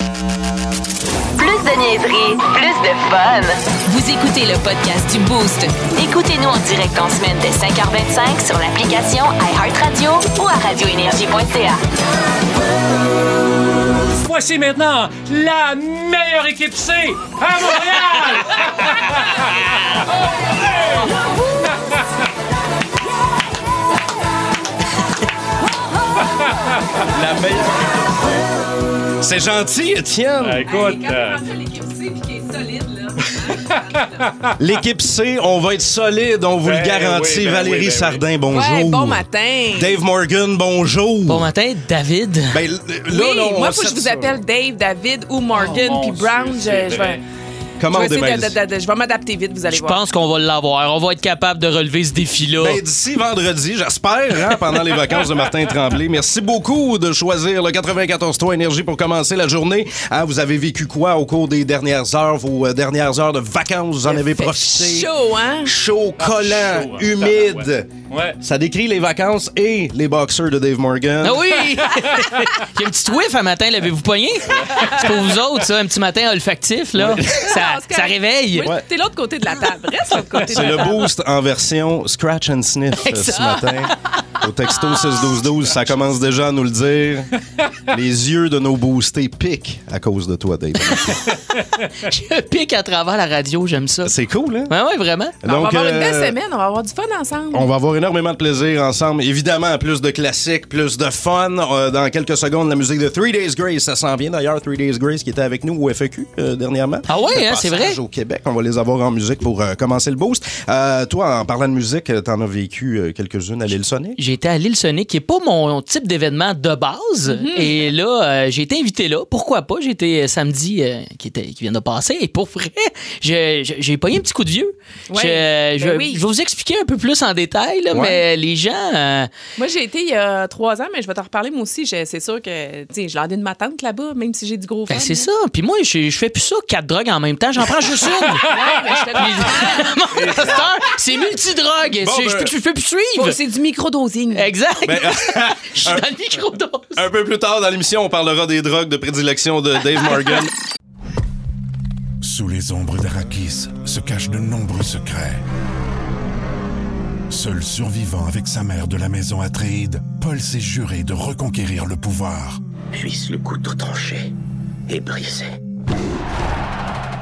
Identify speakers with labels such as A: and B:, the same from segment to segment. A: Plus de niaiserie, plus de fun.
B: Vous écoutez le podcast du Boost.
A: Écoutez-nous en direct en semaine dès 5h25 sur l'application iHeartRadio ou à radioénergie.ca.
C: Voici maintenant la meilleure équipe C à Montréal!
D: La meilleure. C'est gentil, Étienne.
C: Ah, écoute. euh,
D: L'équipe C, on va être solide, on vous
C: Ben
D: le garantit.
C: oui, ben
D: Valérie
C: oui, ben
D: Sardin, bonjour.
E: Ouais, bon matin.
D: Dave Morgan, bonjour.
F: Bon matin, David.
D: Ben, l- là,
E: oui,
D: là, on
E: moi, faut que
D: set
E: je vous
D: ça.
E: appelle Dave, David ou Morgan,
C: Oh,
E: puis
C: mon
E: Brown.
C: Dieu,
E: Je,
C: c'est
E: je
C: vrai.
E: vais,
D: Comment
E: je vais
D: on
E: essayer
D: démêle
E: de-
D: ça?
E: de- de- je vais m'adapter vite, vous allez
F: Je
E: voir.
F: pense qu'on va l'avoir. On va être capable de relever ce défi-là.
D: Ben, D'ici vendredi, j'espère, hein, pendant les vacances de Martin Tremblay. Merci beaucoup de choisir le 94.3 Énergie pour commencer la journée. Hein, vous avez vécu quoi au cours des dernières heures, vos euh, dernières heures de vacances? Vous en avez
E: Fait
D: profité?
E: chaud, hein?
D: Chaud,
C: Ah,
D: collant,
C: chaud, hein,
D: humide.
C: Ouais.
D: Ça décrit les vacances et les boxers de Dave Morgan.
F: Ah oui! Il y a une petite whiff un matin, l'avez-vous pogné? C'est pour vous autres, ça, un petit matin olfactif, là. Ça,
E: Non, c'est
F: ça
E: correct.
F: réveille.
E: Oui, T'es l'autre côté de la table. Reste l'autre côté de
D: C'est
E: la
D: le
E: table.
D: boost en version scratch and sniff euh, ce matin. Au texto 6-12-12, ça commence déjà à nous le dire. Les yeux de nos boostés piquent à cause de toi, Dave.
F: Je pique à travers la radio, j'aime ça. Ben
D: C'est cool, hein?
F: Ouais, ouais, vraiment.
E: on va avoir une belle
D: euh,
E: semaine, on va avoir du fun ensemble.
D: On va avoir énormément de plaisir ensemble. Évidemment, plus de classiques, plus de fun. Euh, dans quelques secondes, la musique de Three Days Grace, ça s'en vient d'ailleurs. Three Days Grace qui était avec nous au FEQ euh, dernièrement.
F: Ah ouais,
D: De
F: hein, c'est
D: passage
F: vrai?
D: au Québec. On va les avoir en musique pour euh, commencer le boost. Euh, toi, en parlant de musique, euh, t'en as vécu euh, quelques-unes à l'île Sonic.
F: J'ai été à l'île Sonic, qui n'est pas mon type d'événement de base. Et là, euh, j'ai été invité là. Pourquoi pas? J'étais samedi, euh, qui, était, qui vient de passer. Et pour vrai, je- je- j'ai pogné un petit coup de vieux.
E: Ouais,
F: Je, je-
E: ben oui.
F: je vais vous expliquer un peu plus en détail, là,
D: Ouais.
F: mais les gens. euh,
E: Moi, j'ai été il y a trois ans, mais je vais t'en reparler moi aussi. Je- C'est sûr que, tu sais, je l'ai de ma tante là-bas, même si j'ai du gros fun.
F: ben, c'est ça. Puis moi, je, je fais plus ça, quatre drogues en même temps. J'en prends juste une.
E: Ouais, mais je te le dis.
F: Mon master, c'est multidrogue.
D: Bon,
F: je, je
D: ben-
F: peux- je peux plus
E: Faut-
F: suivre.
E: C'est du microdosing.
F: exact.
D: Ben,
F: je suis dans le microdose.
D: Un peu plus tard dans l'émission, on parlera des drogues de prédilection de Dave Morgan.
G: Sous les ombres d'Arakis se cachent de nombreux secrets. Seul survivant avec sa mère de la maison Atréide, Paul s'est juré de reconquérir le pouvoir.
H: puisse le couteau tranché et brisé.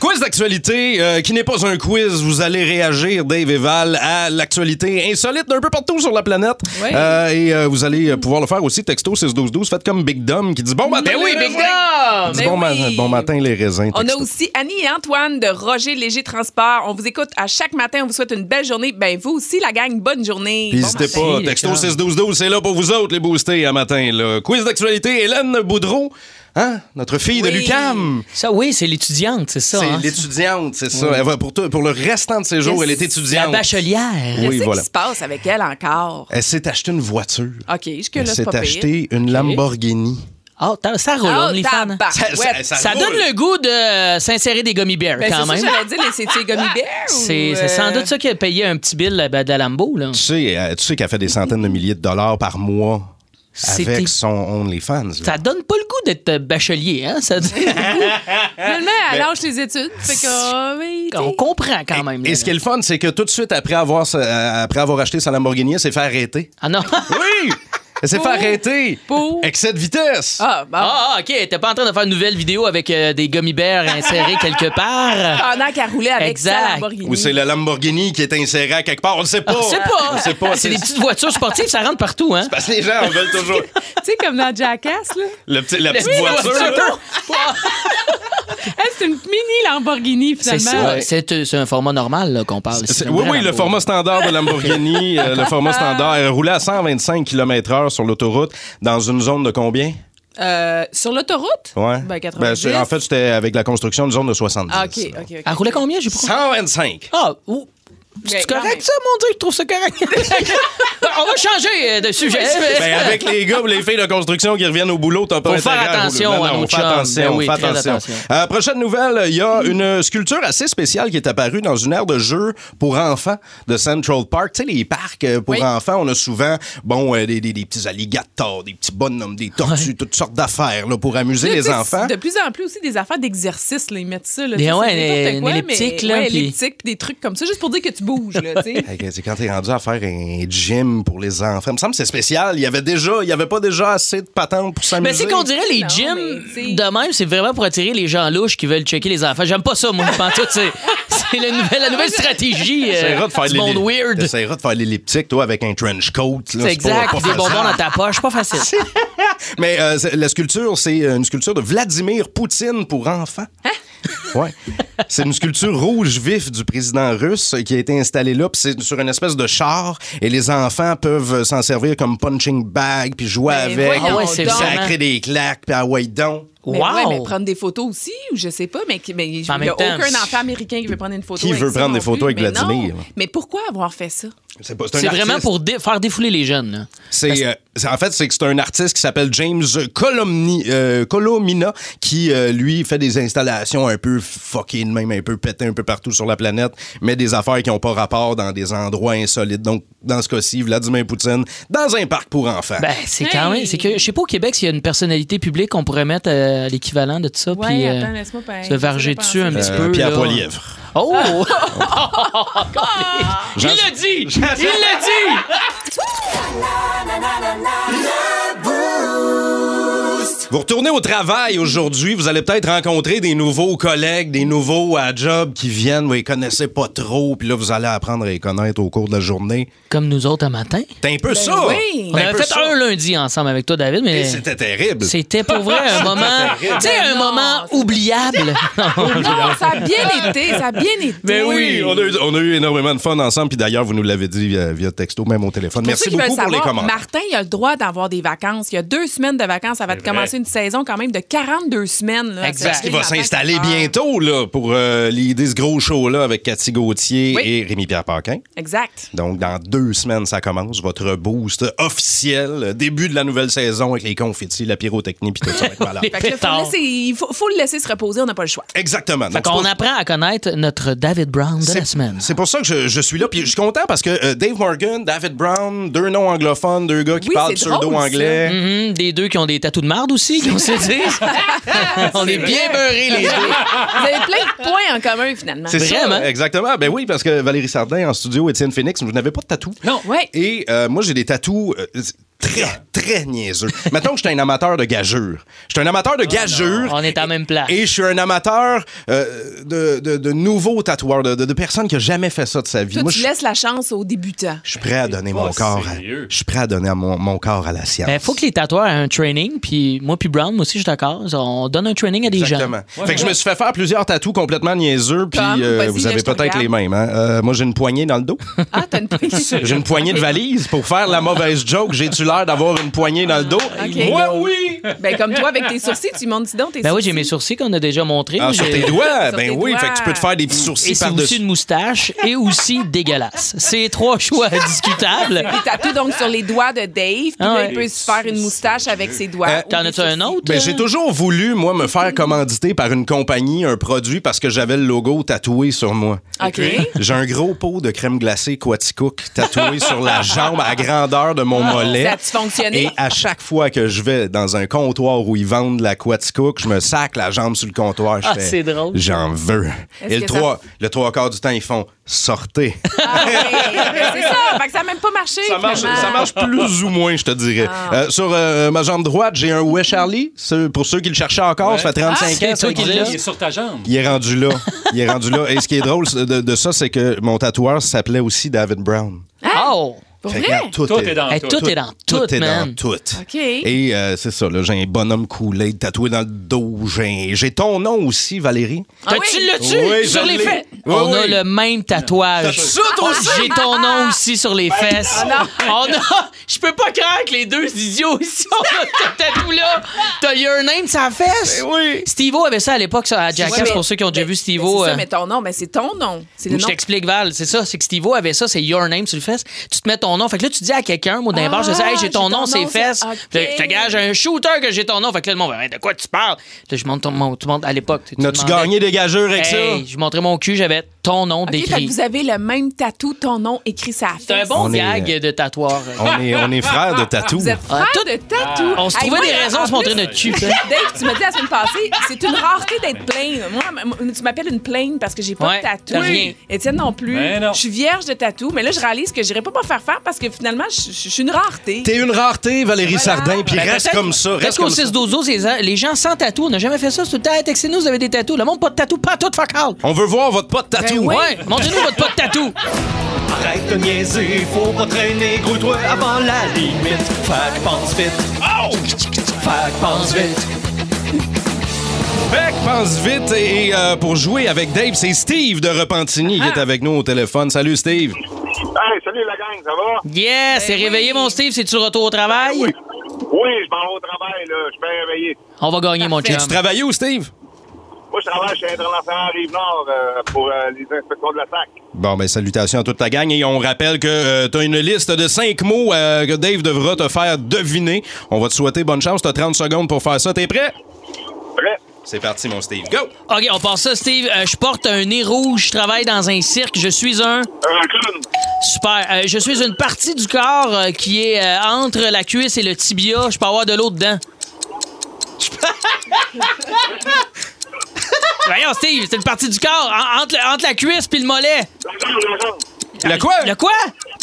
D: Quiz d'actualité euh, qui n'est pas un quiz. Vous allez réagir, Dave et Val, à l'actualité insolite d'un peu partout sur la planète.
E: Oui.
D: Euh, et euh, vous allez euh, pouvoir le faire aussi, texto 61212. Faites comme Big Dom qui dit bon matin.
E: Ben oui, Big
D: Dom!
E: Ben
D: bon, ma-
E: oui.
D: bon matin, les raisins.
E: On a
D: texto.
E: aussi Annie et Antoine de Roger Léger Transport. On vous écoute à chaque matin. On vous souhaite une belle journée. Ben, vous aussi, la gang, bonne journée.
D: Puis N'hésitez
F: Bon
D: pas,
F: matin,
D: texto
F: les
D: 61212, c'est là pour vous autres, les boostés, à matin. Là. Quiz d'actualité, Hélène Boudreau, hein, notre fille de
E: Oui.
D: Lucam.
F: Ça, oui, c'est l'étudiante, c'est ça.
D: C'est
F: hein.
D: l'étudiante, c'est ça. Elle va pour, tout- pour le restant de ses jours, elle est
F: La
D: étudiante.
F: bachelière.
E: Qu'est-ce
D: oui, voilà.
E: qui se passe avec elle encore?
D: Elle s'est achetée une voiture.
E: OK, jusque-là,
D: Elle
E: c'est
D: s'est
E: pas pire.
D: achetée une Lamborghini.
F: Ah, t'as- ça roule, on
E: Oh,
F: est les fans. hein.
E: tabarouette.
D: Ça
F: Ça
D: roule.
F: donne le goût de euh, s'insérer des gummy bears
E: Ben,
F: quand
E: c'est ça,
F: même.
E: j'allais dire, les- c'est-tu gummy bears?
F: C'est
E: ou,
F: c'est sans
E: euh,
F: doute ça qui a payé un petit bill ben, de la Lambo. Là.
D: Tu sais, euh, tu sais qu'elle fait des centaines de milliers de dollars par mois
F: C'était-
D: avec son OnlyFans. là.
F: Ça donne pas le goût d'être euh, bachelier. Hein? Ça-
E: Finalement, elle lâche les études. Fait que, ah, oui, tu sais.
F: on comprend quand même. là,
D: Et ce
F: là.
D: qui est le fun, c'est que tout de suite après avoir, sa- euh, après avoir acheté sa Lamborghini, elle s'est fait arrêter.
F: Ah non,
D: Oui! Elle s'est fait
E: Pour-
D: arrêter.
E: pour-
D: Excès de vitesse.
E: Ah, bon.
F: Ah, ah, ok, t'es pas en train de faire une nouvelle vidéo avec euh, des gummy bears insérés quelque part.
E: Pendant qu'elle roulait avec
F: Exact.
E: sa Lamborghini.
D: Ou c'est la Lamborghini qui est insérée à quelque part. On ne sait pas.
F: On sait pas.
D: On sait pas.
F: C'est des petites voitures sportives, ça rentre partout, hein?
D: Parce que les gens en veulent toujours.
E: Tu sais, comme dans Jackass, là.
D: Le petit- la petite
F: Oui, la
D: voiture.
F: petite
D: là.
F: auto.
E: Elle, c'est une mini Lamborghini,
F: C'est
E: finalement.
F: ça. C'est euh, c'est un format normal là, qu'on parle.
D: C'est-
F: C'est
D: oui,
F: une vraie
D: oui, le
F: Lambo.
D: format standard de Lamborghini, euh, le format standard. Elle roulait à 125 km/h sur l'autoroute dans une zone de combien?
E: Euh, sur l'autoroute?
D: Ouais.
E: Ben, 90.
D: Ben, c'est- en fait, c'était avec la construction, une zone de 70.
E: Ah, OK, OK, OK.
F: Elle roulait combien, j'ai pas compris?
D: 125.
F: Ah, ou. C'est
E: quand même.
F: correct, ça, mon Dieu, je trouve ça correct. On va changer euh, de sujet.
D: Ben, avec les gars ou les filles de construction qui reviennent au boulot, t'as pas
F: Faut faire
D: intérêt à
F: attention
D: rouler. Non,
F: à
D: non,
F: nos
D: on fait
F: chums.
D: attention,
F: Ben
D: on
F: oui,
D: fait
F: très
D: attention.
F: attention.
D: Euh, prochaine nouvelle, il y a une sculpture assez spéciale qui est apparue dans une aire de jeu pour enfants de Central Park. Tu sais, les parcs euh, pour
E: Oui.
D: enfants, on a souvent bon, euh, des, des- des petits alligators, des petits bonhommes, des tortues, toutes sortes d'affaires là, pour amuser
E: Là, tu
D: les
E: sais,
D: enfants.
E: De plus en plus aussi des affaires d'exercice, là, ils mettent ça. Là,
F: Des-
E: tu sais, c'est
F: ouais, des- des
E: n'importe quoi, mais-
F: elliptiques, là,
E: ouais,
F: puis-
E: elliptiques, puis des trucs comme ça, juste pour dire que tu bouges, là, tu sais. Ben,
D: Hey, c'est quand t'es rendu à faire un gym pour les enfants, il me semble que c'est spécial. Il y avait déjà, il y avait pas déjà assez de patentes pour s'amuser.
F: Mais Ben, c'est qu'on dirait les
E: Non,
F: gyms
E: mais, tu sais.
F: de même, c'est vraiment pour attirer les gens louches qui veulent checker les enfants. J'aime pas ça, moi, pantoute. C'est c'est la nouvelle, la nouvelle stratégie euh,
D: T'essaieras de faire
F: du monde
D: l'ellip-
F: weird. C'est
D: T'essaieras de faire l'elliptique, toi, avec un trench coat. là. pas-
F: exact.
D: pas
F: Des
D: faisable.
F: bonbons dans ta poche, pas facile.
D: Mais euh, c'est- la sculpture, c'est une sculpture de Vladimir Poutine pour enfants.
F: Hein?
D: Ouais. C'est une sculpture rouge vif du président russe qui a été installée là, puis c'est sur une espèce de char, et les enfants peuvent s'en servir comme punching bag, puis jouer
E: Mais
D: avec,
E: voyons
F: Ah ouais, c'est
D: puis
E: donc.
F: vraiment-
D: sacrer des claques, puis ah ouais donc.
E: Mais
F: wow!
E: ouais, mais prendre des photos aussi, ou je sais pas, mais qui- mais il n'y
F: En
E: a
F: même temps,
E: aucun
F: c'est-
E: enfant américain qui veut prendre une photo.
D: Qui
E: avec
D: veut
E: ça
D: prendre
E: non
D: des photos
E: plus,
D: avec
E: mais non.
D: Vladimir?
E: Mais pourquoi avoir fait ça?
D: C'est pas- un
F: C'est vraiment
D: artiste.
F: pour dé- faire défouler les jeunes. là.
D: C'est, euh, c'est- en fait, c'est que c'est un artiste qui s'appelle James Colomni, euh, Colomina qui, euh, lui, fait des installations un peu fuckées de même, un peu pétées un peu partout sur la planète, mais des affaires qui n'ont pas rapport dans des endroits insolites. Donc, dans ce cas-ci, Vladimir Poutine dans un parc pour enfants.
F: Ben, c'est quand
E: Hey!
F: même. C'est que je sais pas au Québec s'il y a une personnalité publique qu'on pourrait mettre euh, à l'équivalent de tout ça.
E: Ouais,
F: puis, euh,
E: attends, laisse-moi penser,
F: se varger
E: laisse-moi
F: dessus un
E: penser.
F: petit
D: Euh,
F: peu.
D: Pierre
F: là.
D: Poilièvre.
F: Oh!
D: Jean-
F: dit! Il l'a dit!
D: Vous retournez au travail aujourd'hui, vous allez peut-être rencontrer des nouveaux collègues, des nouveaux à job qui viennent, vous les connaissez pas trop, puis là, vous allez apprendre à les connaître au cours de la journée.
F: Comme nous autres un matin.
D: T'es un peu ça!
E: oui.
D: T'es
F: Ben On
D: un
F: avait
D: peu
F: fait
D: ça.
F: un lundi ensemble avec toi, David,
D: Et
F: mais
D: C'était terrible.
F: c'était pour vrai un moment. Tu sais, un
E: Ben non,
F: moment
E: c'est-
F: oubliable.
E: Non, ça a bien été, ça a bien été.
F: Ah, Mais oui.
D: Ben On a, eu, on a eu énormément de fun ensemble. Puis d'ailleurs, vous nous l'avez dit via, via texto, même au téléphone.
E: Pour
D: Merci
E: ceux qui veulent
D: beaucoup pour les
E: savoir,
D: commentaires.
E: Martin, il a le droit d'avoir des vacances. Il y a deux semaines de vacances. Ça va te commencer une saison quand même de 42 semaines. Là,
F: Exact.
E: Ça
D: Qui va
E: fait
D: s'installer
E: longtemps qu'il part.
D: bientôt là, pour euh, l'idée de ce gros show-là avec Cathy Gauthier
E: Oui.
D: et Rémi-Pierre Paquin.
E: Exact.
D: Donc, dans deux semaines, ça commence, votre boost officiel, euh, début de la nouvelle saison avec les confettis, la pyrotechnie, puis tout ça. avec malade.
E: Fait que là, faut
F: Pétard.
E: le laisser- il faut, faut le laisser se reposer, on n'a pas le choix.
D: Exactement.
F: Fait
D: Donc,
F: qu'on
D: c'est pas-
F: apprend à connaître notre David Brown de la
D: C'est-
F: semaine.
D: C'est pour ça que je, je suis là. Puis je suis content parce que euh, Dave Morgan, David Brown, deux noms anglophones, deux gars qui
E: Oui,
D: parlent
E: c'est drôle, Mm.
D: pseudo-anglais.
F: Mhm, des deux qui ont des tatous de marde aussi, qu'on se dise. On est bien beurrés, les deux.
E: Vous avez plein de points en commun, finalement.
D: C'est ça,
F: Vraiment?
D: exactement. Ben oui, parce que Valérie Sardin en studio, Étienne Phoenix, vous n'avez pas de tatou.
C: Non.
E: Ouais.
D: Et euh, moi, j'ai des tatous euh, très, très niaiseux. Mettons que je suis un amateur de gageure. Je suis un amateur
E: Ah,
D: de gageure.
F: On est en même place.
D: Et je suis un amateur euh, de, de, de nouveaux tatoueurs, de, de, de personnes qui n'ont jamais fait ça de sa vie.
E: Toi,
D: Moi,
E: tu
D: je
E: laisses la chance aux débutants.
D: je suis prêt à donner mon
C: pas
D: corps. à-
C: sérieux.
D: je suis prêt à donner à mon, mon corps à la science.
F: Ben, faut que les tatoueurs aient un training, puis moi puis Brown, moi aussi, je suis d'accord. On donne un training à des
D: Exactement.
F: gens.
D: fait que je me suis fait faire plusieurs tatous complètement niaiseux, puis
E: Comme,
D: euh,
E: vas-y,
D: vous
E: là,
D: avez
E: je te
D: peut-être
E: regarde.
D: les mêmes. hein. Euh, moi, j'ai une poignée dans le dos.
E: Ah, t'as une poignée.
D: J'ai une poignée de valise pour faire la mauvaise joke. J'ai-tu l'air d'avoir une poignée dans le dos?
F: Ah,
E: Ok.
D: Moi, oui!
E: Ben, comme toi, avec tes sourcils, tu montes dis donc tes
F: Ben oui,
E: sourcils.
F: j'ai mes sourcils qu'on a déjà montrés.
D: Ah,
F: mais
D: sur
F: j'ai-
D: tes doigts,
E: Sur
D: ben
E: tes
D: oui.
E: doigts.
D: Fait que tu peux te faire des petits
F: Et
D: sourcils
F: c'est aussi
D: par-dessus.
F: une moustache et aussi dégueulasse. C'est trois choix discutables.
E: Des tatous, donc, sur les doigts de Dave. Puis
F: Ah
E: là,
F: ouais.
E: il peut se faire une moustache avec ses doigts.
D: Euh,
E: ou
F: T'en
E: des
F: as-tu un
E: sourcils.
F: autre?
D: Ben, j'ai toujours voulu, moi, me faire commanditer par une compagnie, un produit, parce que j'avais le logo tatoué sur moi.
E: OK.
D: J'ai un gros pot de crème glacée Quaticook tatoué sur la jambe à grandeur de mon mollet.
E: Ah, Ça a-tu fonctionné?
D: Et à chaque fois que je vais dans un comptoir où ils vendent la Quaticook, je me sac la jambe sur le comptoir. Je
F: Ah,
D: fais,
F: c'est drôle.
D: J'en veux.
E: Est-ce
D: Et le
E: que ça-
D: trois, le trois quarts du temps, ils font sortez.
E: Ah oui, mais c'est ça. Fait que ça n'a même pas marché.
D: Ça marche,
E: finalement.
D: ça marche plus ou moins, je te dirais.
E: Ah.
D: Euh, sur euh, ma jambe droite, j'ai un Ouais Charlie. C'est- Pour ceux qui le cherchaient encore,
C: Ouais.
D: ça fait 35
F: Ah, c'est
D: ans. Hein?
F: toi
D: ça,
F: qui
D: qu'il
F: l'as.
C: Il est sur ta jambe.
D: Il est rendu là. Il est rendu là. Et ce qui est drôle de, de ça, c'est que mon tatoueur s'appelait aussi David Brown.
E: Ah
F: Oh!
E: Pour
D: Fait que,
E: vrai? Ben,
D: regarde, tout,
C: Tout est dans
F: Hey,
C: toi.
F: tout est dans tout,
D: est
F: man.
D: dans tout.
E: OK.
D: Et euh, c'est ça, là, j'ai un bonhomme coulé tatoué dans le dos. J'ai j'ai ton nom aussi, Valérie.
E: Ah oui?
F: T'as-tu l'as-tu
D: Oui,
F: sur
D: je
F: les
D: l'ai.
F: fesses?
D: Oui,
F: On a
D: oui.
F: le même tatouage. Ah,
D: Ça, toi aussi? Ben, ah,
F: J'ai ton nom aussi sur les fesses. On a. Je peux pas croire que les deux idiots ici, on a ce tatou-là. T'as your name sur la
E: Eh
F: fesse?
D: Ben oui.
F: Steve-O avait ça à l'époque ça, à Jackass,
E: Ouais, mais-
F: pour ceux qui ont déjà
E: mais-
F: vu
E: mais
F: Steve-O.
E: C'est
F: euh,
E: ça, mais ton nom, mais c'est ton nom. C'est le
F: je
E: nom.
F: t'explique, Val, c'est ça, c'est que Steve-O avait ça, c'est Your Name sur le fesse. Tu te mets ton nom. Fait que là, tu dis à quelqu'un, moi, dans les
E: Ah,
F: bars, je dis, hey, j'ai ton,
E: j'ai
F: nom,
E: ton
F: c'est
E: nom,
F: fesses.
E: c'est- OK.
F: Puis là, Je te gage un shooter que j'ai ton nom. Fait que là, le monde va, Hey, de quoi tu parles? Là, je montre ton mon- tu montres à l'époque. tu- tu
D: N'as-tu
F: demandais-
D: gagné des gageurs avec
F: Hey, je montrais mon cul, j'avais ton nom
E: OK, fait que
F: décrit.
E: vous avez le même tatou, ton nom écrit sur la
F: C'est un
E: fesse.
F: bon
D: On est-
F: gag de tatoueur.
D: ça? On est, on est frères de tatou.
E: Vous êtes frère
F: Ah, tout- Ah,
E: de tatou.
F: On se
E: Hey,
F: trouvait
E: moi,
F: des
E: là,
F: raisons
E: en
F: de se montrer
E: plus,
F: notre cul. hein. ça.
E: Dave, tu m'as dit la semaine passée, c'est une rareté d'être plain. Moi, m- tu m'appelles une plaine parce que j'ai pas
F: Ouais,
E: de tatou.
F: t'as rien.
E: Étienne non plus.
C: Ben non.
E: Je suis vierge de tatou, mais là, je réalise que j'irai pas m'en faire faire parce que finalement, je je- je suis une rareté.
D: T'es une rareté, Valérie Sardin, puis
F: Ben,
D: reste
F: peut-être-
D: comme ça.
F: Peut-être
D: Reste
F: qu'au
D: comme ça.
F: 6 12 les, les gens sans tatou, on n'a jamais fait ça. C'est tout le temps, Hey, textez-nous, vous avez des tatous. Le monde pas de tatou, pas tout, fuck all.
D: On veut voir votre pote tatou.
F: Ouais, montrez-nous votre pas de tatou.
I: Arrête de niaiser, faut pas traîner, grouille-toi avant la limite. Fac, pense vite. Oh! Fac, pense vite.
D: Fait que pense vite et, et, euh, pour jouer avec Dave, c'est Steve de Repentigny
F: Ah.
D: qui est avec nous au téléphone. Salut Steve.
I: Hey, salut la gang, ça va?
F: Yes, c'est réveillé, mon Steve, c'est-tu le retour au travail?
I: Oui, je m'en vais au travail, là, je suis bien réveillé.
F: On va gagner, mon chum.
D: Tu travailles où Steve?
I: Moi, je travaille chez International Rive-Nord euh, pour euh, les inspections de la SAC.
D: Bon, ben salutations à toute ta gang et on rappelle que euh, t'as une liste de cinq mots euh, que Dave devra te faire deviner. On va te souhaiter bonne chance, t'as 30 secondes pour faire ça. T'es prêt?
I: Prêt?
D: C'est parti mon Steve, go!
F: OK, on passe ça, Steve. Euh, je porte un nez rouge, je travaille dans un cirque, je suis un...
I: Un clown.
F: Super. Euh, je suis une partie du corps euh, qui est euh, entre la cuisse et le tibia. Je peux avoir de l'eau dedans. Je peux- Voyons, Steve, c'est une partie du corps en- entre, le- entre la cuisse puis le mollet.
I: La jambe, la jambe.
D: Le quoi?
F: Le quoi?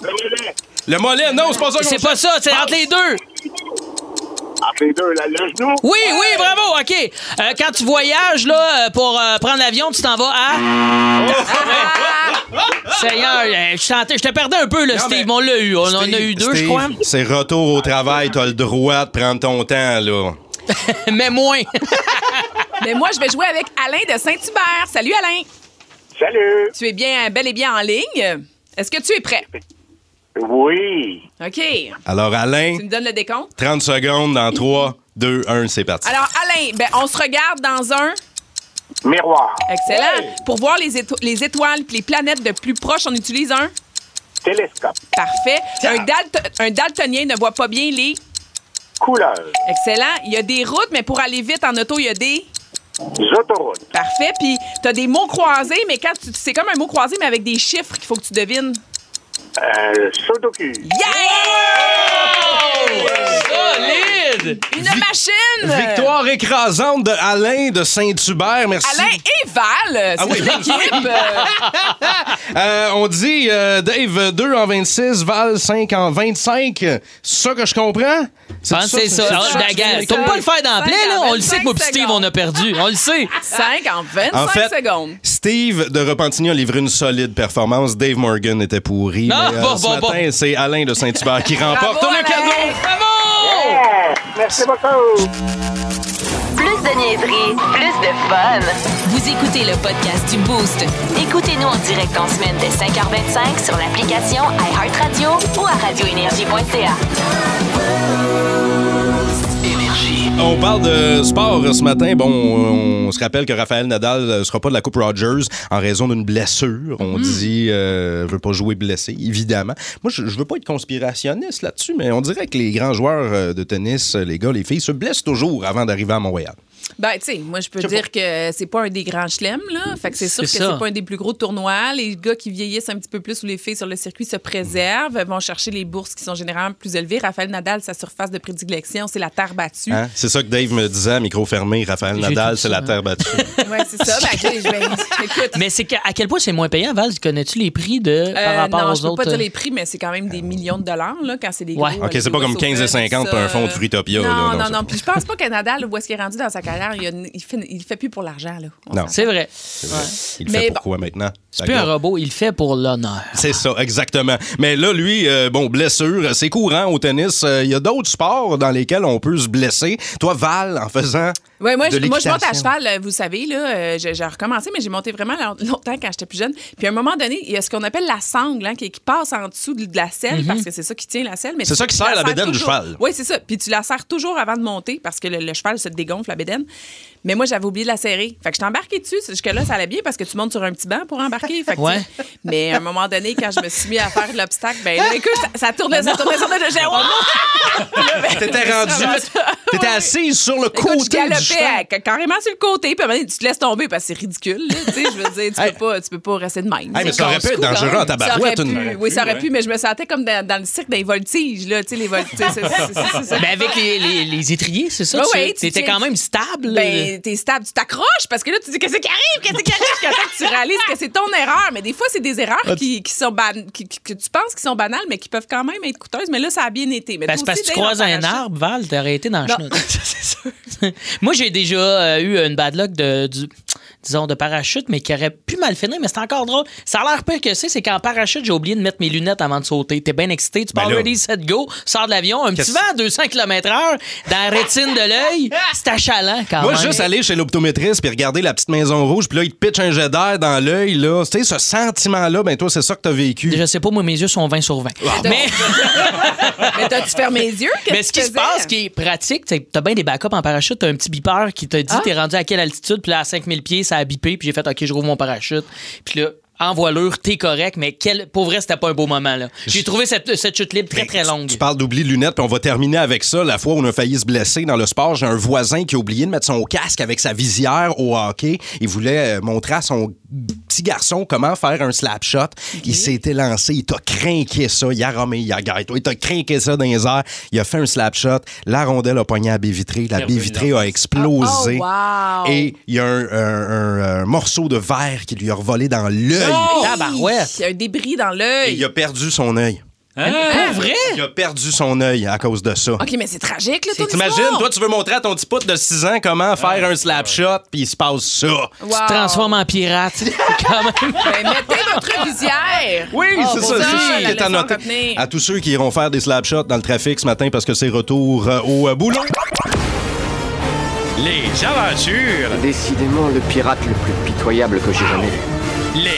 I: Le mollet.
D: Le mollet, non, c'est pas ça qu'on
F: C'est pas ça, c'est entre les deux.
I: Entre les deux, la- le genou.
F: Oui, oui, bravo, OK. Euh, quand tu voyages, là, euh, pour euh, prendre l'avion, tu t'en vas à...
E: Ah!
F: Seigneur, euh, je, sentais- je te perdais un peu, là,
D: Non, mais-
F: Steve. On l'a eu. On en a eu deux, je
D: Steve,
F: crois.
D: C'est retour au travail, t'as le droit de prendre ton temps, là.
F: Mais moins.
E: Mais moi, je vais jouer avec Alain de Saint-Hubert. Salut, Alain.
I: Salut.
E: Tu es bien, bel et bien en ligne. Est-ce que tu es prêt?
I: Oui.
E: OK. Tu
D: Alors, Alain,
E: me donnes le décompte?
D: 30 secondes dans 3, 2, 1, c'est parti.
E: Alors, Alain, ben, on se regarde dans un.
I: Miroir.
E: Excellent. Pour voir les, éto- les étoiles et les planètes de plus proche, on utilise un.
I: Télescope.
E: Parfait. Un, dalt- un daltonien ne voit pas bien les.
I: Couleur.
E: Excellent. Il y a des routes, mais pour aller vite en auto, il y a des.
I: Autoroute.
E: Parfait. Puis, tu as des mots croisés, mais quand tu. C'est comme un mot croisé, mais avec des chiffres qu'il faut que tu devines.
I: Euh, Sudoku.
E: Yeah!
F: Solide!
E: Une machine!
F: euh,
D: Victoire écrasante de Alain de Saint-Hubert, merci.
E: Alain et Val, c'est
D: Ah oui,
E: une
D: Val.
E: équipe. Euh,
D: Euh, on dit, euh, Dave, 2 en 26, Val, 5 en 25. C'est ça que je comprends?
F: Je pense que c'est ça.
E: ça.
F: Ah, Dagan,
E: C'est
F: T'as
E: ça.
F: pas le faire dans la plaie, là. On le sait que moi, pis
E: 25
F: Steve, on a perdu. On le sait.
E: 5 en 25
D: En fait,
E: secondes.
D: Steve de Repentigny a livré une solide performance. Dave Morgan était pourri.
F: Ah,
D: mais, euh,
F: bon,
D: ce
F: bon, bon.
D: matin, c'est Alain de Saint-Hubert qui remporte
E: Bravo,
D: le
E: Alain.
D: cadeau.
F: Bravo!
I: Merci beaucoup.
A: Plus de niaiserie, plus de fun.
B: Vous écoutez le podcast du Boost.
A: Écoutez-nous en direct en semaine dès 5h25 sur l'application iHeartRadio ou à radioénergie.ca.
D: On parle de sport euh, ce matin. Bon, on, on se rappelle que Raphaël Nadal ne sera pas de la Coupe Rogers en raison d'une blessure. On dit euh, veut pas jouer blessé, évidemment. Moi, je, je veux pas être conspirationniste là-dessus, mais on dirait que les grands joueurs euh, de tennis, euh, les gars, les filles, se blessent toujours avant d'arriver à Montréal.
E: Ben, tu sais, moi, je peux
D: Je sais
E: dire que c'est pas un des grands chelems, là. Fait que c'est sûr que
F: C'est
E: c'est
F: ça.
E: pas un des plus gros tournois. Les gars qui vieillissent un petit peu plus ou les filles sur le circuit se préservent, vont chercher les bourses qui sont généralement plus élevées. Raphaël Nadal, sa surface de prédilection, c'est la terre battue.
D: Hein? C'est ça que Dave me disait, micro fermé, Raphaël
F: J'ai
D: Nadal,
F: tout
D: c'est
F: ça,
D: la
F: hein.
D: terre battue.
E: Ouais, c'est ça. Ben, ok, je vais- écoute.
F: Mais c'est qu'à- à quel point c'est moins payant, Val? Connais-tu les prix de,
E: euh,
F: par rapport
E: non,
F: aux
E: je peux
F: autres? Euh,
E: pas dire les prix, mais c'est quand même des millions de dollars là, quand c'est des
F: Ouais.
E: gros,
D: OK,
E: euh,
D: c'est pas
E: US
D: comme 15 et 50
E: Open,
D: pour un fond de
E: ça.
D: Fruitopia,
E: Non,
D: là, non,
E: non, non.
D: c'est pas-
E: Puis je pense pas que Nadal, où est-ce qu'il est rendu dans sa carrière, il, a- il fait, il fait plus pour l'argent. là. On
D: Non.
E: s'en-
F: C'est vrai.
D: Il le fait
E: Mais
D: pour quoi maintenant?
F: C'est
D: La
F: plus un
D: gloire.
F: robot, il le fait pour l'honneur.
D: C'est ça, exactement. Mais là, lui, euh, bon, blessure, c'est courant au tennis. Euh, Il y a d'autres sports dans lesquels on peut se blesser. Toi, Val, en faisant.
E: Ouais, moi,
D: de
E: je, moi, je monte à
D: l'équitation.
E: cheval, euh, vous savez, là, euh, j'ai j'ai recommencé, mais j'ai monté vraiment long- longtemps quand j'étais plus jeune. Puis à un moment donné, il y a ce qu'on appelle la sangle, hein, qui, qui passe en dessous de, de la selle, parce que c'est ça qui tient la selle. mais
D: Mm-hmm. C'est
E: tu-
D: ça qui
E: tu
D: serre la
E: serres
D: bédaine du
E: toujours.
D: cheval.
E: Oui, c'est ça. Puis tu la serres toujours avant de monter, parce que le, le cheval se dégonfle, la bédaine. Mais moi, j'avais oublié de la serrer. Fait que je t'embarquais dessus. Jusque-là, ça allait bien, parce que tu montes sur un petit banc pour embarquer. Fait que,
F: Ouais.
E: tu sais, Mais à un moment donné, quand je me suis mis à faire de l'obstacle, ben là, écoute, ça, ça tournait, ça tournait, oh ça tournait. J'ai...
D: Oh T'étais rendu. T'étais assise sur le
E: Écoute, je
D: côté du
E: galopais
D: cheval.
E: à- ca- carrément sur le côté, puis à un moment donné, tu te laisses tomber parce que c'est ridicule. là, tu sais, je veux dire, tu,
D: Hey.
E: peux pas, tu peux pas rester de même.
D: Hey, mais
E: C'est
D: ça aurait
E: casse-cou,
D: pu être
E: quand
D: dangereux
E: même.
D: en tabarouette,
E: Ça aurait
D: une-
E: pu, Oui, ça aurait pu, mais je me sentais comme dans, dans le cirque des voltiges, là, tu sais, les voltiges. c'est- c'est- c'est- c'est ça.
F: Ben avec les, les- les étriers, c'est ça?
E: Ouais,
F: tu
E: ouais, tu
F: étais
E: tiens-
F: quand même stable.
E: Ben, t'es stable, tu t'accroches parce que là, tu dis qu'est-ce qui arrive, qu'est-ce qui arrive, jusqu'à temps que tu réalises que c'est ton erreur. Mais des fois, c'est des
F: Ah,
E: erreurs qui, qui sont ban- qui- qui- que tu penses qui sont banales, mais qui peuvent quand même être coûteuses. Mais là, ça a bien été. Mais
F: Ben,
E: toi
F: c'est parce que
E: aussi,
F: tu
E: Dave,
F: croises
E: en
F: un
E: parachute.
F: arbre, Val, t'aurais été dans le
E: Non.
F: chenou. Moi, j'ai déjà euh, eu une bad luck de, du- disons, de parachute, mais qui aurait pu mal finir, mais c'est encore drôle. Ça a l'air pire que c'est, c'est qu'en parachute, j'ai oublié de mettre mes lunettes avant de sauter. T'es bien excité, tu
D: Ben
F: pars
D: là.
F: ready, set, go, sors de l'avion, un petit
D: Qu'est-ce-
F: vent à 200 km/h dans la rétine de l'œil, c'est achalant quand
D: Moi,
F: même.
D: juste aller chez l'optométriste puis regarder la petite maison rouge, puis là, il te pitch un jet d'air dans l'œil, là. Tu sais, ce sentiment-là, ben toi, c'est ça que t'as vécu.
F: Je sais pas, moi, mes yeux sont 20 sur 20.
D: Ah,
F: mais...
E: Mais t'as-tu fermé les yeux? Qu'est-ce
F: Mais ce qui
E: que
F: se
E: tu
F: passe,
E: faisais?
F: qui est pratique, t'sais, t'as bien des backups en parachute, t'as un petit beeper qui te dit
E: Ah.
F: t'es rendu à quelle altitude, puis là, à 5000 pieds, ça a bipé, puis j'ai fait, OK, je rouvre mon parachute. Puis là, en voilure, t'es correct, mais quel... pour vrai, c'était pas un beau moment, là. J'ai trouvé cette, cette chute libre très, très longue.
D: Tu parles d'oubli de lunettes, puis on va terminer avec ça. La fois où on a failli se blesser dans le sport, j'ai un voisin qui a oublié de mettre son casque avec sa visière au hockey. Il voulait euh, montrer à son petit garçon comment faire un slap shot. Il s'était lancé, il t'a craqué ça, il a ramé, il a gagné. Il t'a craqué ça dans les airs. Il a fait un slap shot. La rondelle a pogné à la baie vitrée. La baie vitrée a explosé.
E: Oh, wow.
D: Et il y a un, un- un- un morceau de verre qui lui a revolé dans l'œil.
F: Tabarouette.
E: Il y a un débris dans
D: Et il
E: l'œil.
D: a perdu son œil.
F: Pour vrai?
D: Il a perdu son œil à cause de ça.
E: OK, mais c'est tragique, là, ton
D: T'imagines,
E: histoire.
D: toi, tu veux montrer à ton petit pote de 6 ans comment faire un slap shot, puis il se passe ça.
E: Wow.
F: Tu te transformes en pirate. C'est quand même.
E: Ben, mettez votre visière.
D: Oui, c'est
E: bon
D: ça,
E: sang,
D: c'est ça
E: la
D: qui est à
E: leçon
D: noter.
E: retenue.
D: À tous ceux qui iront faire des slap shots dans le trafic ce matin parce que c'est retour euh, au euh, boulot.
I: Les aventures,
H: Décidément le pirate le plus pitoyable que j'ai jamais vu.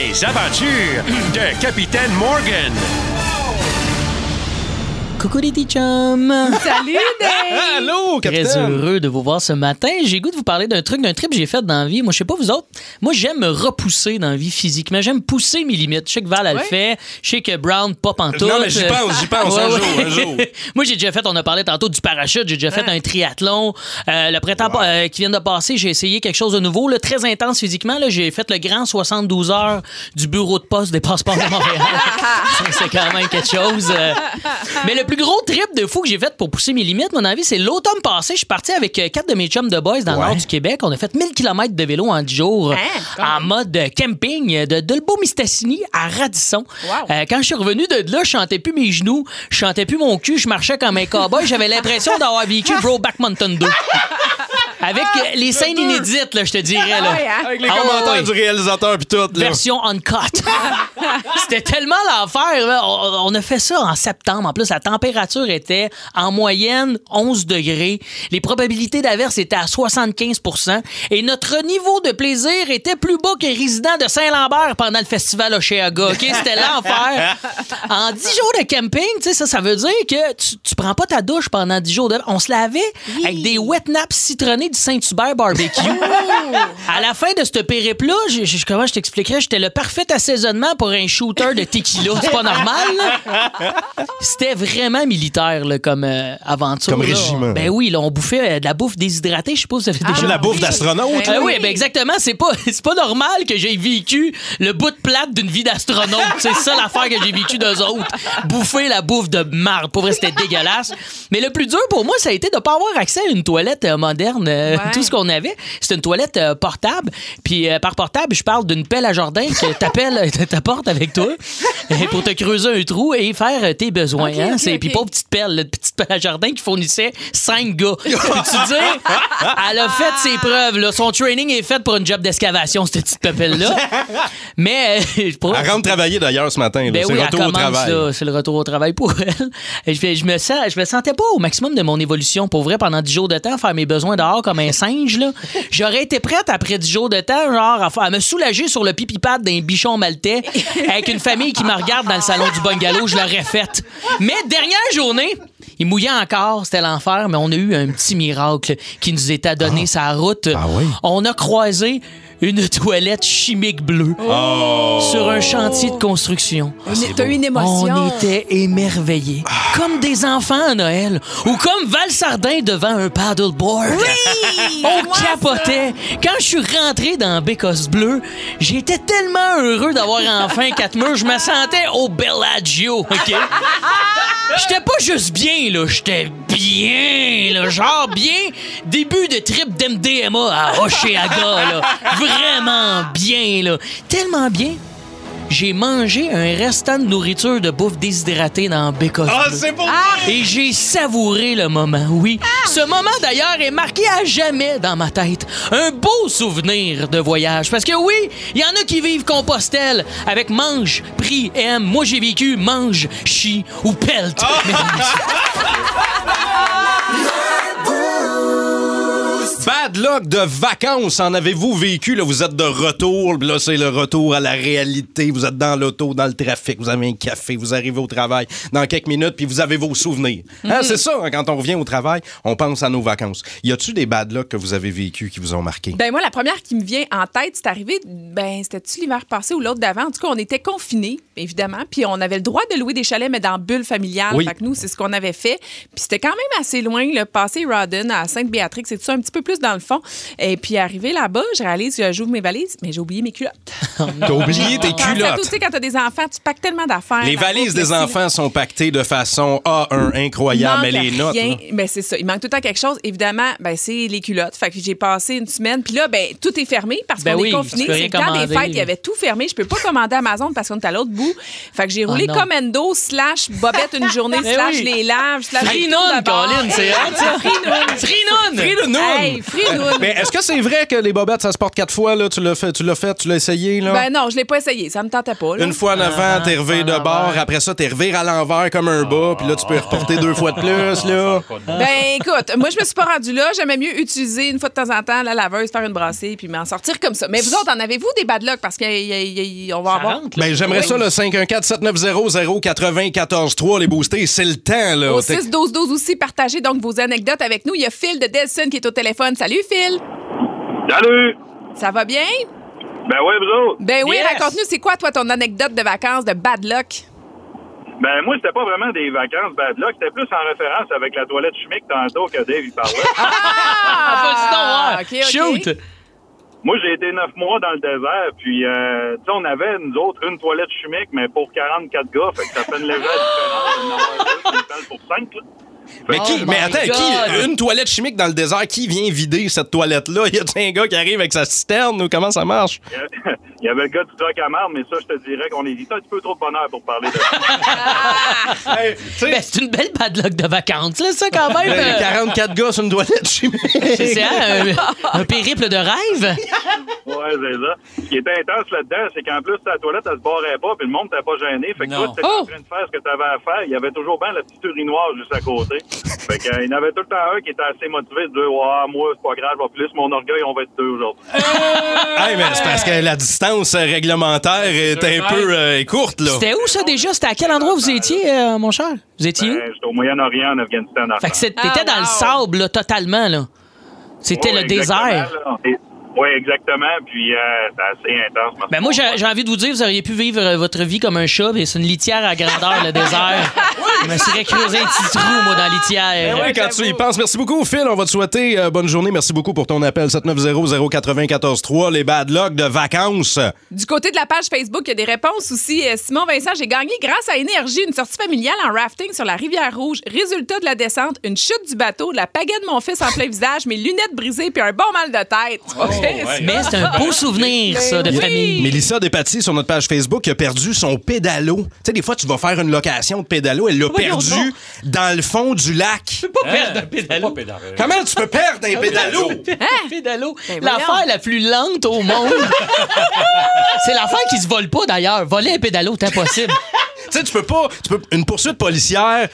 I: les aventures de Capitaine Morgan.
F: Coucou les petits chums.
E: Salut, Dave.
D: Allô,
F: Très
D: capitaine!
F: heureux de vous voir ce matin. J'ai le goût de vous parler d'un truc, d'un trip que j'ai fait dans la vie. Moi, je sais pas vous autres. Moi, j'aime me repousser dans la vie physiquement. J'aime pousser mes limites. Je sais que Val, elle le
E: Ouais.
F: fait. Je sais que Brown, pas pantoute.
D: Non, mais j'y pense, j'y pense, un jour, un jour.
F: Moi, j'ai déjà fait, on a parlé tantôt du parachute. J'ai déjà fait un triathlon. Euh, le printemps pa- euh, qui vient de passer, j'ai essayé quelque chose de nouveau, là, très intense physiquement. Là, j'ai fait le grand 72 heures du bureau de poste des passeports de Montréal. Ça, c'est quand même quelque chose. euh. Mais le plus gros trip de fou que j'ai fait pour pousser mes limites, mon avis, c'est l'automne passé. Je suis parti avec euh, quatre de mes chums de boys dans le nord du Québec. On a fait 1000 km de vélo en 10 jours en mode euh, camping de Dolbeau-Mistassini à Radisson.
E: Wow.
F: Euh, quand je suis revenu de là, je chantais plus mes genoux, je chantais plus mon cul, je marchais comme un cowboy. J'avais l'impression d'avoir vécu Brokeback Mountain 2. Avec euh, les scènes inédites, là, je te dirais. Là.
E: Ouais, hein?
D: Avec les
F: Ah, ouais,
D: commentaires
F: ouais.
D: du réalisateur, puis tout. Là.
F: Version uncut. C'était tellement l'enfer. là. On, on a fait ça en septembre. En plus, la température était en moyenne 11 degrés. Les probabilités d'averse étaient à 75 Et notre niveau de plaisir était plus bas que résident de Saint-Lambert pendant le festival Oceaga. OK? C'était l'enfer. En 10 jours de camping, tu sais, ça, ça veut dire que tu, tu prends pas ta douche pendant 10 jours. De... On se lavait avec des wet naps citronnés du Saint-Hubert barbecue. à la fin de ce périple-là, je- je- comment je t'expliquerais, j'étais le parfait assaisonnement pour un shooter de tequila. C'est pas normal, là. C'était vraiment militaire, là, comme euh, aventure.
D: Comme
F: là.
D: régiment.
F: Ben oui, là, on bouffait euh, de la bouffe déshydratée. Je sais pas si vous avez
D: J'ai
F: déjà
D: la bouffe d'astronaute.
F: ah oui, ben exactement. C'est pas, c'est pas normal que j'ai vécu le bout de plate d'une vie d'astronaute. c'est ça l'affaire que j'ai vécu d'eux autres. Bouffer la bouffe de marde. Pour vrai, c'était dégueulasse. Mais le plus dur pour moi, ça a été de pas avoir accès à une toilette euh, moderne. Euh,
E: Ouais.
F: Tout ce qu'on avait, c'était une toilette euh, portable. Puis euh, par portable, je parle d'une pelle à jardin que t'appelles, t'apportes avec toi euh, pour te creuser un trou et faire euh, tes besoins.
E: Ok,
F: hein.
E: ok,
F: C'est-
E: ok.
F: Puis pauvre petite pelle, là, petite pelle à jardin qui fournissait cinq gars. Peux-tu dire? Elle a fait ses preuves. Là. Son training est fait pour une job d'excavation, cette petite pelle-là. Mais euh, pour-
D: Elle rentre travailler d'ailleurs ce matin. là.
F: ben
D: c'est
F: oui, elle
D: retour au
F: commence,
D: travail.
F: là. C'est le retour au travail pour elle. Et je, fais- je me sens, je me sentais pas au maximum de mon évolution. Pour vrai, pendant 10 jours de temps, faire mes besoins dehors comme un singe, là. J'aurais été prête après 10 jours de temps, genre, à, fa- à me soulager sur le pipipad d'un bichon maltais avec une famille qui me regarde dans le salon du bungalow. Je l'aurais faite. Mais dernière journée, il mouillait encore, c'était l'enfer, mais on a eu un petit miracle qui nous était donné sa route.
D: oui?
F: On a croisé une toilette chimique bleue sur un chantier de construction.
D: Ah,
E: Une- T'as eu une émotion.
F: On était émerveillés. Comme des enfants à Noël ou comme Val Sardin devant un paddleboard.
E: Oui!
F: On
E: Moi,
F: capotait. Quand je suis rentré dans Bécosse Bleu, j'étais tellement heureux d'avoir enfin quatre murs, je me sentais au Bellagio, OK? J'étais pas juste bien, là, j'étais bien, là, genre bien début de trip d'MDMA à Oceaga, là. Vraiment bien, là. Tellement bien, j'ai mangé un restant de nourriture de bouffe déshydratée dans Bécosse
D: Ah,
F: Bleu.
D: c'est pour
F: Et j'ai savouré le moment, oui. Ce moment, d'ailleurs, est marqué à jamais dans ma tête. Un beau souvenir de voyage. Parce que oui, il y en a qui vivent Compostelle avec mange, prie, aime. Moi, j'ai vécu mange, chie ou pelt.
D: Bad luck de vacances, en avez-vous vécu? Là, vous êtes de retour, puis là, c'est le retour à la réalité. Vous êtes dans l'auto, dans le trafic, vous avez un café, vous arrivez au travail dans quelques minutes, puis vous avez vos souvenirs. Hein,
E: Mhm.
D: c'est ça, hein, quand on revient au travail, on pense à nos vacances. Y a-tu des bad luck que vous avez vécu qui vous ont marqué?
E: Ben moi, la première qui me vient en tête, c'est arrivé, ben c'était-tu l'hiver passé ou l'autre d'avant? En tout cas, on était confinés, évidemment, puis on avait le droit de louer des chalets, mais dans bulle familiale.
D: Oui.
E: Fait que nous, c'est ce qu'on avait fait. Puis c'était quand même assez loin, le passé Rodden à Sainte-Béatrix, c'est tout ça, un petit peu plus dans le fond. Et puis arrivé là-bas, je réalise, euh, j'ouvre mes valises, mais j'ai oublié mes culottes. Ben,
D: T'as oublié tes
E: Pensez à tout, Tu
D: culottes.
E: sais, quand t'as des enfants, tu packes tellement d'affaires.
D: Les
E: La
D: valises
E: bouffe,
D: des
E: le-
D: enfants sont pactées de façon A1
E: Il
D: incroyable, mais
E: manque
D: les notes.
E: rien.
D: là.
E: Ben, c'est ça. Il manque tout le temps quelque chose. Évidemment, ben, c'est les culottes. Fait que j'ai passé une semaine. Puis là, ben, tout est fermé parce
F: Ben
E: qu'on
F: oui,
E: est confiné.
F: tu peux
E: C'est
F: rien
E: le temps des
F: commander.
E: fêtes. Il y avait tout fermé. Je peux pas commander Amazon parce qu'on est à l'autre bout. Fait que j'ai
F: Oh
E: roulé
F: non.
E: commando slash bobette une journée
F: Ben
E: slash
F: oui.
E: les laves slash
F: Frinoun, Colin, c'est hot, ça. Ben,
E: Frinoun.
F: Frinoun.
D: Frinoun.
E: Hey, Frinoun.
D: Mais est-ce que c'est vrai que les bobettes, ça se porte quatre fois? Là? Tu l'as fait, tu l'as fait, tu l'as essayé? Là?
E: Ben non, je l'ai pas essayé. Ça me tentait pas. là.
D: Une fois en avant, t'es reviré de bord. Après ça, t'es reviré à l'envers comme un bas. Puis là, tu peux y reporter deux fois de plus. Là.
E: Ben écoute, moi je me suis pas rendue là. J'aimais mieux utiliser une fois de temps en temps la laveuse, faire une brassée, puis m'en sortir comme ça. Mais vous autres, en avez-vous des bad luck parce qu'on va
F: Ça
E: avoir.
F: rentre, là.
D: Ben, j'aimerais ça, le 514-790-0943, les booster. C'est le temps, là.
E: Au
D: T'es-
E: 6-12-12 aussi, partagez donc vos anecdotes avec nous. Il y a Phil de Delson qui est au téléphone. Salut Phil!
J: Salut!
E: Ça va bien?
J: Ben ouais, vous autres.
E: Ben oui,
F: Yes.
E: raconte-nous, c'est quoi toi ton anecdote de vacances, de bad luck?
J: Ben moi, c'était pas vraiment des vacances bad luck. C'était plus en référence avec la toilette chimique tantôt que Dave il parlait.
F: Ah,
E: Ah,
F: vas-y donc, ouais.
E: ok, ok.
F: Shoot!
J: moi, j'ai été neuf mois dans le désert, puis euh, tu sais, on avait, nous autres, une toilette chimique, mais pour 44 gars, fait que ça fait une légère différence d'en avoir deux qui installent pour 5.
D: Mais, qui,
F: Oh
D: mais
F: my
D: attends, qui,
F: God.
D: une toilette chimique dans le désert, qui vient vider cette toilette-là? Y a un gars qui arrive avec sa citerne ou comment ça marche?
J: Il y avait le gars du truck à marre, mais ça, je te dirais qu'on hésitait un petit peu trop de bonheur pour parler de ça.
D: Hey, tu sais,
F: Ben, c'est une belle padlock de vacances, là, ça, quand même.
D: euh,
F: Euh,
D: 44 gars sur une toilette chimique.
F: C'est hein, un, un périple de rêve.
J: Ouais, c'est ça. Ce qui était intense là-dedans, c'est qu'en plus, ta toilette, elle se barrait pas, puis le monde t'a pas gêné. Fait que
F: Non.
J: toi, t'étais
E: Oh!
J: en train de faire ce que t'avais à faire. Il y avait toujours bien la petite urinoir juste à côté. fait qu'il y en avait tout le temps un qui était assez motivé de dire, ouais, moi, c'est pas grave, je vais plus mon orgueil, on va être deux aujourd'hui.
F: Ah,
D: Hey, mais c'est parce que la distance réglementaire est un peu euh, courte, là.
F: C'était où, ça, déjà? C'était à quel endroit vous étiez, euh, mon cher? Vous étiez où?
J: Euh, Ben, J'étais au Moyen-Orient, en Afghanistan. en
F: Fait que c'est-
E: Ah,
F: t'étais dans le
E: wow.
F: sable, là, totalement, là. C'était
J: Ouais,
F: le
J: exactement,
F: désert.
J: là. Et- Oui, exactement. Puis, euh, c'est assez intense.
F: Ben moi, j'ai j'ai envie de vous dire, vous auriez pu vivre euh, votre vie comme un chat, mais c'est une litière à grandeur, le désert. Je me serais creusé un petit trou, moi, dans la litière.
D: Ben oui, quand tu y penses. Merci beaucoup, Phil. On va te souhaiter euh, bonne journée. Merci beaucoup pour ton appel. 790-094-3, les bad luck de vacances.
E: Du côté de la page Facebook, il y a des réponses aussi. Euh, Simon Vincent, j'ai gagné grâce à Énergie une sortie familiale en rafting sur la rivière Rouge. Résultat de la descente, une chute du bateau, la pagaie de mon fils en plein visage, mes lunettes brisées puis un bon mal de tête.
F: Oh,
E: OK, c'est-
F: Mais c'est un beau souvenir, ça, de
D: Il y a-
F: famille.
D: Mélissa Despatie, sur notre page Facebook, a perdu son pédalo. Tu sais, des fois, tu vas faire une location de pédalo. Elle l'a
I: Voyons
D: perdu
I: donc.
D: dans le fond du lac. Tu peux
F: pas perdre un
D: Hein? pédalo. Comment tu peux perdre un pédalo?
F: Hein? Pédalo. L'affaire la plus lente au monde. c'est l'affaire qui se vole pas, d'ailleurs. Voler un pédalo, c'est impossible.
D: Tu sais, tu peux pas. Tu peux, une poursuite policière,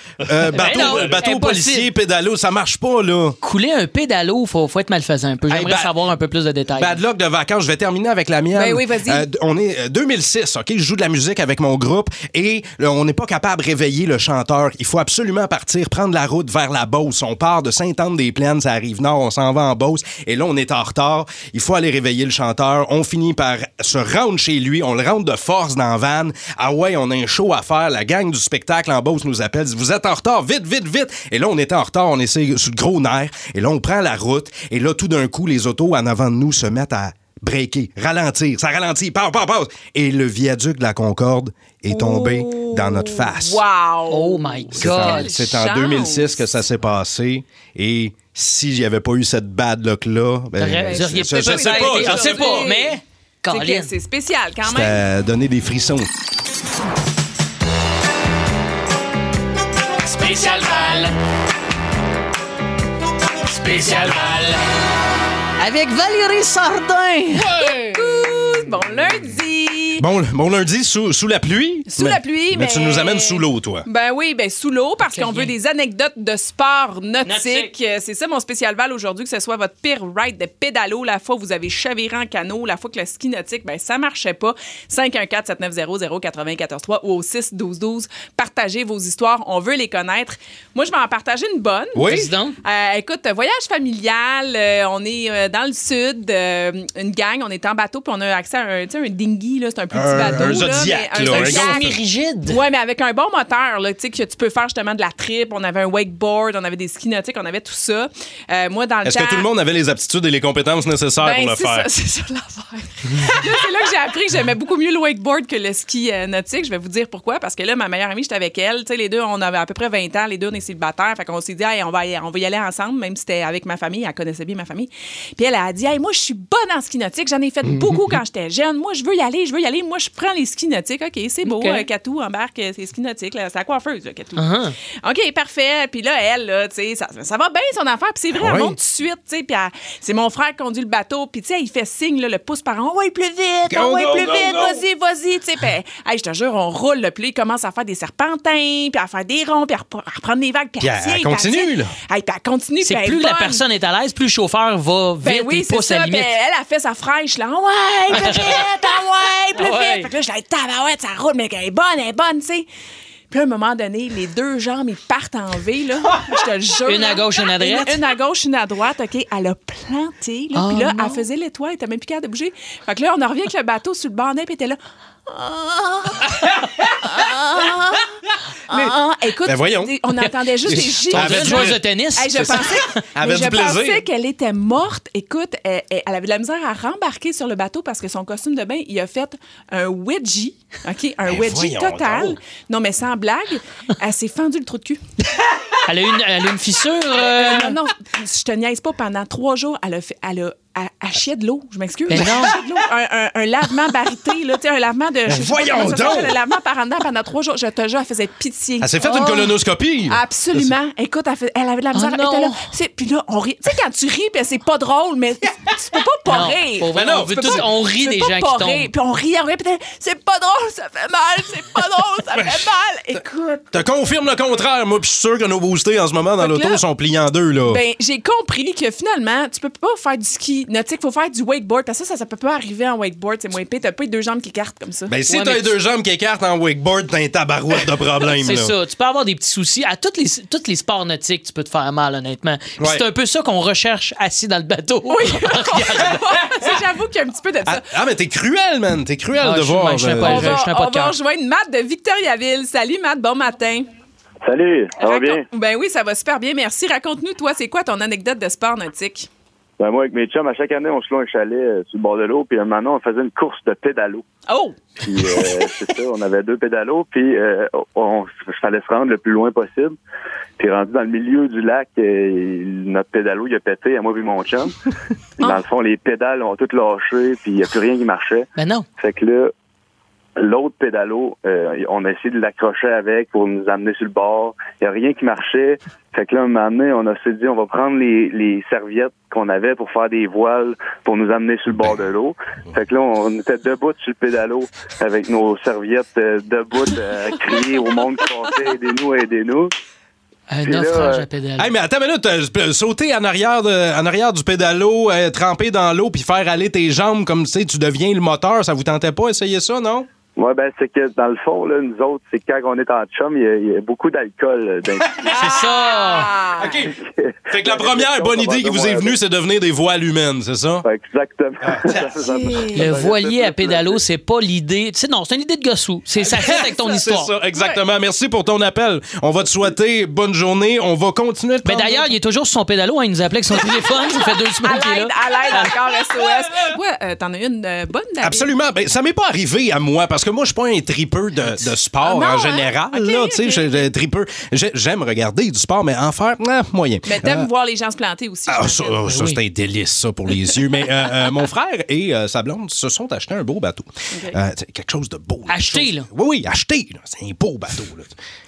F: Ben
D: euh, bateau,
F: non,
D: euh, bateau
F: impossible.
D: policier, pédalo, ça marche pas, là.
F: Couler un pédalo, faut, faut être malfaisant un peu. J'aimerais
D: Hey, ba-
F: savoir un peu plus de détails.
D: Bad luck de vacances. Je vais terminer avec la mienne.
F: Ben oui, vas-y.
D: Euh, d- on est euh, 2006, OK? Je joue de la musique avec mon groupe et là, on n'est pas capable de réveiller le chanteur. Il faut absolument partir, prendre la route vers la Beauce. On part de Sainte-Anne-des-Plaines, ça arrive nord, on s'en va en Beauce et là, on est en retard. Il faut aller réveiller le chanteur. On finit par se rendre chez lui. On le rentre de force dans la van. Ah ouais, on a un show à faire. La gang du spectacle en Beauce nous appelle. dit, Vous êtes en retard, vite, vite, vite. Et là, on était en retard, on essaie sur le gros nerf. Et là, on prend la route. Et là, tout d'un coup, les autos en avant de nous se mettent à breaker, ralentir, ça ralentit, pause, pause, pause. Et le viaduc de la Concorde est tombé dans notre face.
E: Wow!
F: Oh my
D: C'est en,
F: God!
D: c'est en 2006 que ça s'est passé. Et si j'avais pas eu cette bad luck-là, ben,
F: T'aurais-
D: je,
F: vous auriez
D: je-
F: peut-être
D: je sais
F: été-
D: pas.
F: je sais pas, mais-
E: C'est que
F: Colin.
E: C'est spécial quand même.
D: Ça donnait des frissons.
I: Spécial Val. Spécial Val.
F: Avec Valérie Sardin!
E: Coucou! Bon lundi!
D: Bon, bon lundi, sous, sous la pluie.
E: Sous la pluie,
D: mais... tu
E: mais-
D: nous amènes sous l'eau, toi.
E: Ben oui, ben sous l'eau, parce qu'on veut des anecdotes de sport nautique.
F: Nautique.
E: Euh, C'est ça mon spécial Val aujourd'hui, que ce soit votre pire ride de pédalo, la fois où vous avez chaviré en canot, la fois que le ski nautique, ben ça marchait pas. 514-790-0943 ou au 6-12-12. Partagez vos histoires, on veut les connaître. Moi, je vais en partager une bonne.
F: Oui. Vas-y Ben, donc.
E: Euh, écoute, voyage familial, euh, on est euh, dans le sud, euh, une gang, on est en bateau, puis on a accès à un, tu sais, un dinghy, là, c'est un plus
D: Un-
E: petit bateau.
D: un
E: là,
D: Zodiac,
E: mais
D: là, un gros-
F: rigide.
E: Ouais, mais avec un bon moteur, là, tu sais, que tu peux faire justement de la trip. On avait un wakeboard, on avait des skis nautiques, on avait tout ça. Euh, moi, dans le
D: Est-ce
E: temps-
D: que tout le monde avait les aptitudes et les compétences nécessaires
E: Ben,
D: pour le
E: c'est ça,
D: faire?
E: c'est ça l'affaire. Là, c'est là que j'ai appris que j'aimais beaucoup mieux le wakeboard que le ski euh, nautique. Je vais vous dire pourquoi. Parce que là, ma meilleure amie, j'étais avec elle. Tu sais, les deux, on avait à peu près 20 ans. Les deux, on est célibataires. Fait qu'on s'est dit, Hey, on, va y, on va y aller ensemble, même si c'était avec ma famille. Elle connaissait bien ma famille. Puis elle a dit, Hey, moi, je suis bonne en ski nautique. J'en ai fait beaucoup quand j'étais jeune. Moi, je veux y aller, je veux y aller. Moi, je prends les skis nautiques. OK, c'est beau.
F: OK.
E: Euh, Catou embarque euh, ses skis nautiques. là. C'est la coiffeuse, là, Catou.
F: Uh-huh.
E: OK, parfait. Puis là, elle, là, tu sais, ça, ça va bien son affaire. Puis c'est vrai,
F: Ah
E: elle
F: ouais?
E: monte tout de suite, tu sais. Puis elle- c'est mon frère qui conduit le bateau. Puis tu sais, il fait signe, là, le pouce par en. Ouais, plus vite,
I: Go,
E: ouais,
I: go,
E: plus
I: go,
E: vite,
I: go.
E: vas-y, vas-y. Tu sais, puis, hey, je te jure, on roule, là. Puis là, il commence à faire des serpentins, puis à faire des ronds, puis à repre- à reprendre des vagues, puis
F: Puis
E: à
F: elle-
E: tient,
F: elle
E: puis à
F: continue,
E: tient.
F: là.
E: Hey, puis elle continue,
F: C'est
E: puis elle
F: plus
E: est
F: la
E: Ben, bonne.
F: personne est à l'aise, plus le chauffeur va vite
E: Ben oui,
F: et
E: c'est
F: pousse
E: ça.
F: à la limite.
E: Ben, elle a fait sa fraîche, là. Ah Ouais, plus vite, ah ouais,
F: Ah ouais.
E: plus vite. Fait que là, je la tabarouette, ça roule, mais elle est bonne, elle est bonne, tu sais. Puis là, à un moment donné, les deux jambes, ils partent en V, là. Je te le jure.
F: Une à
E: là.
F: gauche, une à droite.
E: Une, une à gauche, une à droite, OK. Elle a planté, là.
F: Oh
E: puis là,
F: non.
E: elle faisait l'étoile, elle était même plus capable de bouger. Fait que là, on en revient avec le bateau sur le bandet, puis elle était là. Ah, ah, ah. Écoute,
D: Ben voyons.
E: on entendait juste des gifs.
F: On dirait une joueuse de tennis.
E: Hey, je
F: C'est ça.
E: pensais,
F: Elle
E: mais
F: avait
E: je
F: du plaisir.
E: pensais qu'elle était morte. Écoute, elle, elle- elle avait de la misère à rembarquer sur le bateau parce que son costume de bain, il a fait un wedgie, OK, un
F: Ben
E: wedgie
F: voyons
E: total.
F: donc.
E: Non, mais sans blague, elle s'est fendue le trou de cul.
F: Elle a une, elle a une fissure. euh,
E: Euh, non, non, je te niaise pas. Pendant trois jours, elle a fait... Elle a, elle- elle chiait de l'eau, je m'excuse.
F: Mais
E: Elle
F: Ben non. Ben
E: chiait de l'eau. Un, un- un lavement barité, là, tu sais, un lavement de. je sais pas
D: voyons
E: comment ça
D: donc!
E: s'appelle, Un lavement par en dedans pendant trois jours. Je te jure, elle faisait pitié.
D: Elle s'est faite une
E: Oh.
D: colonoscopie.
E: Absolument. Écoute, elle, fait- elle avait de la misère.
F: Oh
E: elle était
F: non.
E: là. C'est- Puis là, on rit. Tu sais, quand tu ris, puis c'est pas drôle, mais tu tu peux pas pas
F: Non,
E: rire.
F: pour vrai, Mais non, on veut
E: Tu peux
F: tous-
E: pas-
F: on rit
E: tu peux
F: des
E: pas
F: gens qui
E: pas
F: tombent.
E: rire. Puis on rit, on rit, puis t'es- c'est pas drôle, ça fait mal, c'est pas drôle, ça fait mal. Écoute.
D: Te confirme le contraire, moi, puis je suis sûr que nos boostés en ce moment dans
E: Fait que
D: l'auto
E: là-
F: Oh.
D: sont pliés en deux, là.
E: Ben, j'ai compris que finalement, tu peux pas faire du ski ski nautique, faut faire du wakeboard. Parce que ça, ça, ça peut pas arriver en wakeboard. C'est moins épais. T'as pas les deux jambes qui écartent comme ça.
D: Ben, si
E: Ouais,
D: t'as
E: mais
D: les deux jambes qui écartent en wakeboard, t'as un tabarouette de problème.
F: C'est
D: là.
F: ça. Tu peux avoir des petits soucis. À tous les, tous les sports nautiques, tu peux te faire mal, honnêtement. Puis
D: Ouais.
F: C'est un peu ça qu'on recherche assis dans le bateau. Oui.
E: Ça, J'avoue qu'il y a un petit peu de ça.
D: Ah, ah, mais t'es cruel, man. T'es cruel
F: Ah,
D: de
F: je suis
D: voir.
F: même, je suis
D: euh,
F: pas-
E: On va,
F: un pas
E: on
F: de
E: va
F: cœur.
E: rejoindre Matt de Victoriaville. Salut, Matt. Bon matin.
K: Salut, ça va bien?
E: Raconte- Ben oui, ça va super bien. Merci. Raconte-nous, toi, c'est quoi ton anecdote de sport nautique?
K: Ben, moi, avec mes chums, à chaque année, on se loue un chalet euh, sur le bord de l'eau, puis maintenant, on faisait une course de pédalo.
E: Oh!
K: Puis, euh, c'est ça, on avait deux pédalos, puis euh, on, il fallait se rendre le plus loin possible. Puis, rendu dans le milieu du lac, euh, notre pédalo, il a pété, à moi et mon chum. Puis, dans le fond, les pédales ont toutes lâché, puis il n'y a plus rien qui marchait.
F: Ben non.
K: Fait que là, l'autre pédalo, euh, on a essayé de l'accrocher avec pour nous amener sur le bord. Il n'y a rien qui marchait. Fait que là, un moment donné, on a se dit, on va prendre les, les serviettes qu'on avait pour faire des voiles pour nous amener sur le bord de l'eau. Fait que là, on était debout sur le pédalo avec nos serviettes euh, debout euh, à crier au monde qui passait, aidez-nous, aidez-nous.
F: Un
K: Puis là,
F: naufrage
K: euh,
F: à pédale.
D: Hey, mais attends une minute, euh, euh, sauter en arrière, de- en arrière du pédalo, euh, tremper dans l'eau, puis faire aller tes jambes comme tu sais, tu deviens le moteur, ça vous tentait pas essayer ça, non?
K: Ouais, ben, c'est que dans le fond, là, nous autres, c'est que quand on est en chum, il y a- il y, a beaucoup d'alcool euh, dans
F: C'est ça!
D: OK. Fait que la première bonne idée qui vous est venue, Ah, c'est devenir des voiles humaines, c'est ça?
K: Exactement. ben,
F: Le voilier à pédalo, c'est pas l'idée. Tu sais, non, c'est une idée de gossou. C'est ça fait avec ton histoire. Ben,
D: C'est ça, exactement. Merci pour ton appel. On va te souhaiter bonne journée. On va continuer de
F: Mais
D: prendre-
F: Ben, d'ailleurs, il est toujours sur son pédalo. hein. Il nous appelait avec son téléphone. Ça fait deux
E: À
F: semaines qu'il est là.
E: l'aide, à l'aide, encore SOS. Ah. Ouais, euh, t'en as une euh, bonne, David?
D: Absolument. Ben, ça m'est pas arrivé à moi parce que moi, je suis pas un tripeux de, de sport
E: Ah,
D: en
E: non,
D: général. là, tu sais, je- je- tripeux. J'ai- J'aime regarder du sport, mais en faire, ah, moyen.
E: Mais t'aimes
D: Euh,
E: voir les gens se planter aussi.
D: Ah, ça,
E: j'imagine.
D: oh, ça, c'est un délice, ça, pour les yeux. Mais euh, euh, mon frère et euh, sa blonde se sont achetés un beau bateau. Euh, c'est quelque chose de beau. Acheté, là. Oui, oui, acheté. là. C'est un beau bateau. Là.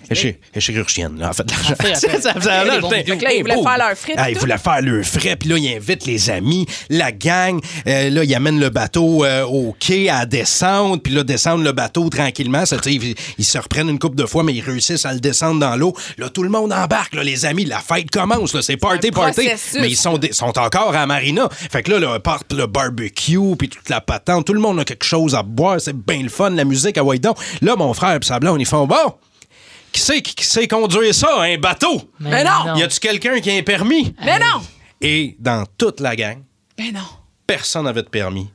D: Elle est chi- elle est chirurgienne, là, en fait.
E: fait, elle fait-
D: Ça faisait- là,
E: Elle est bonne.
D: j'étais-
E: Fait que là, ils
D: hey,
E: voulaient
D: beau.
E: faire leurs frais,
D: Ah,
E: puis
D: ils
E: tout.
D: voulaient faire leurs frais. Puis là, ils invitent les amis, la gang. Euh, là, ils amènent le bateau euh, au quai à descendre. Puis là, descendre le bateau tranquillement. Ça, tu sais, ils, ils se reprennent une couple de fois, mais ils réussissent à le descendre dans l'eau. Là, tout le monde embarque. là, les amis, la fête commence. là. C'est party, party.
I: processus.
D: Mais ils sont, des- sont encore à la marina. Fait que là, là, part le barbecue, puis toute la patente. Tout le monde a quelque chose à boire. C'est bien le fun, la musique à Waidon. Là, mon frère et sa blonde, ils font bon. Qui sait qui qui sait conduire ça, un bateau?
E: Mais Mais non! non.
D: Y a-tu quelqu'un qui a un permis?
E: Mais non!
D: Et dans toute la gang,
E: Ben non.
D: personne n'avait de permis.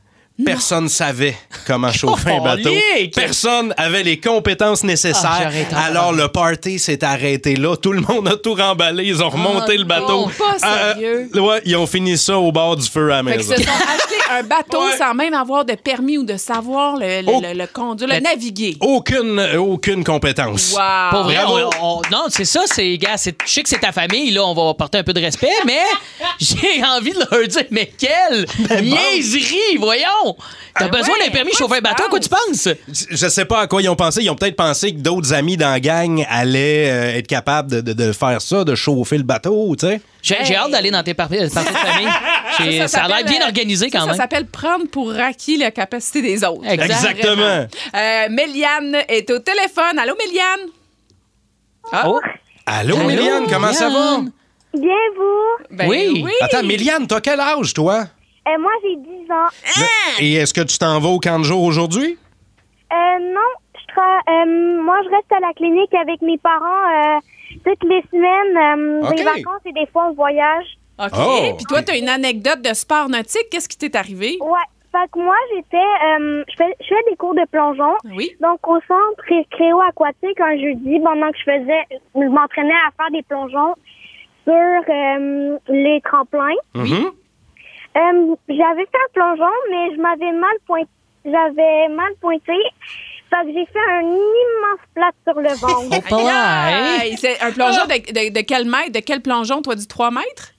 D: Personne savait comment chauffer un bateau.
I: Colique!
D: Personne avait les compétences
I: Ah,
D: nécessaires.
I: j'arrête en
D: Alors le party s'est arrêté là. Tout le monde a tout remballé. Ils ont remonté
E: Oh
D: le bateau.
E: non, pas
D: Euh,
E: sérieux.
D: ouais, ils ont fini ça au bord du feu à la
E: Fait qu'ils
D: maison.
E: se sont achetés un bateau sans même avoir de permis ou de savoir le, le,
D: Oh.
E: le- le conduire, le
D: Mais-
E: naviguer.
D: Aucune, aucune compétence.
E: Wow.
F: Oh. Ah, Pour vrai,
D: Bravo.
F: on- on- non, c'est ça, c'est, gars, c'est, je sais que c'est ta famille, là, on va porter un peu de respect, mais j'ai envie de leur dire, mais quelle niaiserie, voyons! T'as besoin d'un permis chauffer un bateau, à quoi tu penses?
D: Je sais pas à quoi ils ont pensé. Ils ont peut-être pensé que d'autres amis dans la gang allaient euh, être capables de, de- de faire ça, de chauffer le bateau, tu sais.
F: J'ai, j'ai hâte d'aller dans tes par- parties de famille. J'ai- ça, a l'air
E: s'appelle,
F: bien
E: euh,
F: organisé
E: ça,
F: quand
E: ça
F: même.
E: s'appelle prendre pour acquis la capacité des autres.
F: Exact. Exactement.
E: Vraiment. Euh, Méliane est au téléphone. Allô, Méliane?
D: Oh. Allô,
E: Allô,
D: Méliane, comment ça va?
L: Bien, vous?
E: Ben
D: Attends, Méliane, t'as quel âge, toi?
L: Euh, moi, j'ai 10 ans.
D: Et est-ce que tu t'en vas au camp de jour aujourd'hui?
L: Euh, non, je tra- euh, moi, je reste à la clinique avec mes parents euh, toutes les semaines, euh,
E: Ok.
L: des vacances et des fois on voyage.
E: OK.
L: Oh.
E: Puis toi, tu as une anecdote de sport nautique. Qu'est-ce qui t'est arrivé?
L: Ouais. Fait que moi, j'étais, euh, je fais, je fais des cours de plongeon.
E: Oui.
L: Donc, au centre récréo-aquatique, un jeudi, pendant que je faisais, je m'entraînais à faire des plongeons sur euh, les tremplins. Euh, j'avais fait un plongeon, mais je m'avais mal pointé. J'avais mal pointé. Fait que j'ai fait un immense plat sur le
F: oh,
L: ventre.
E: Aïe, aïe. C'est un plongeon de, de- de quel mètre? De quel plongeon, toi, du 3 mètres?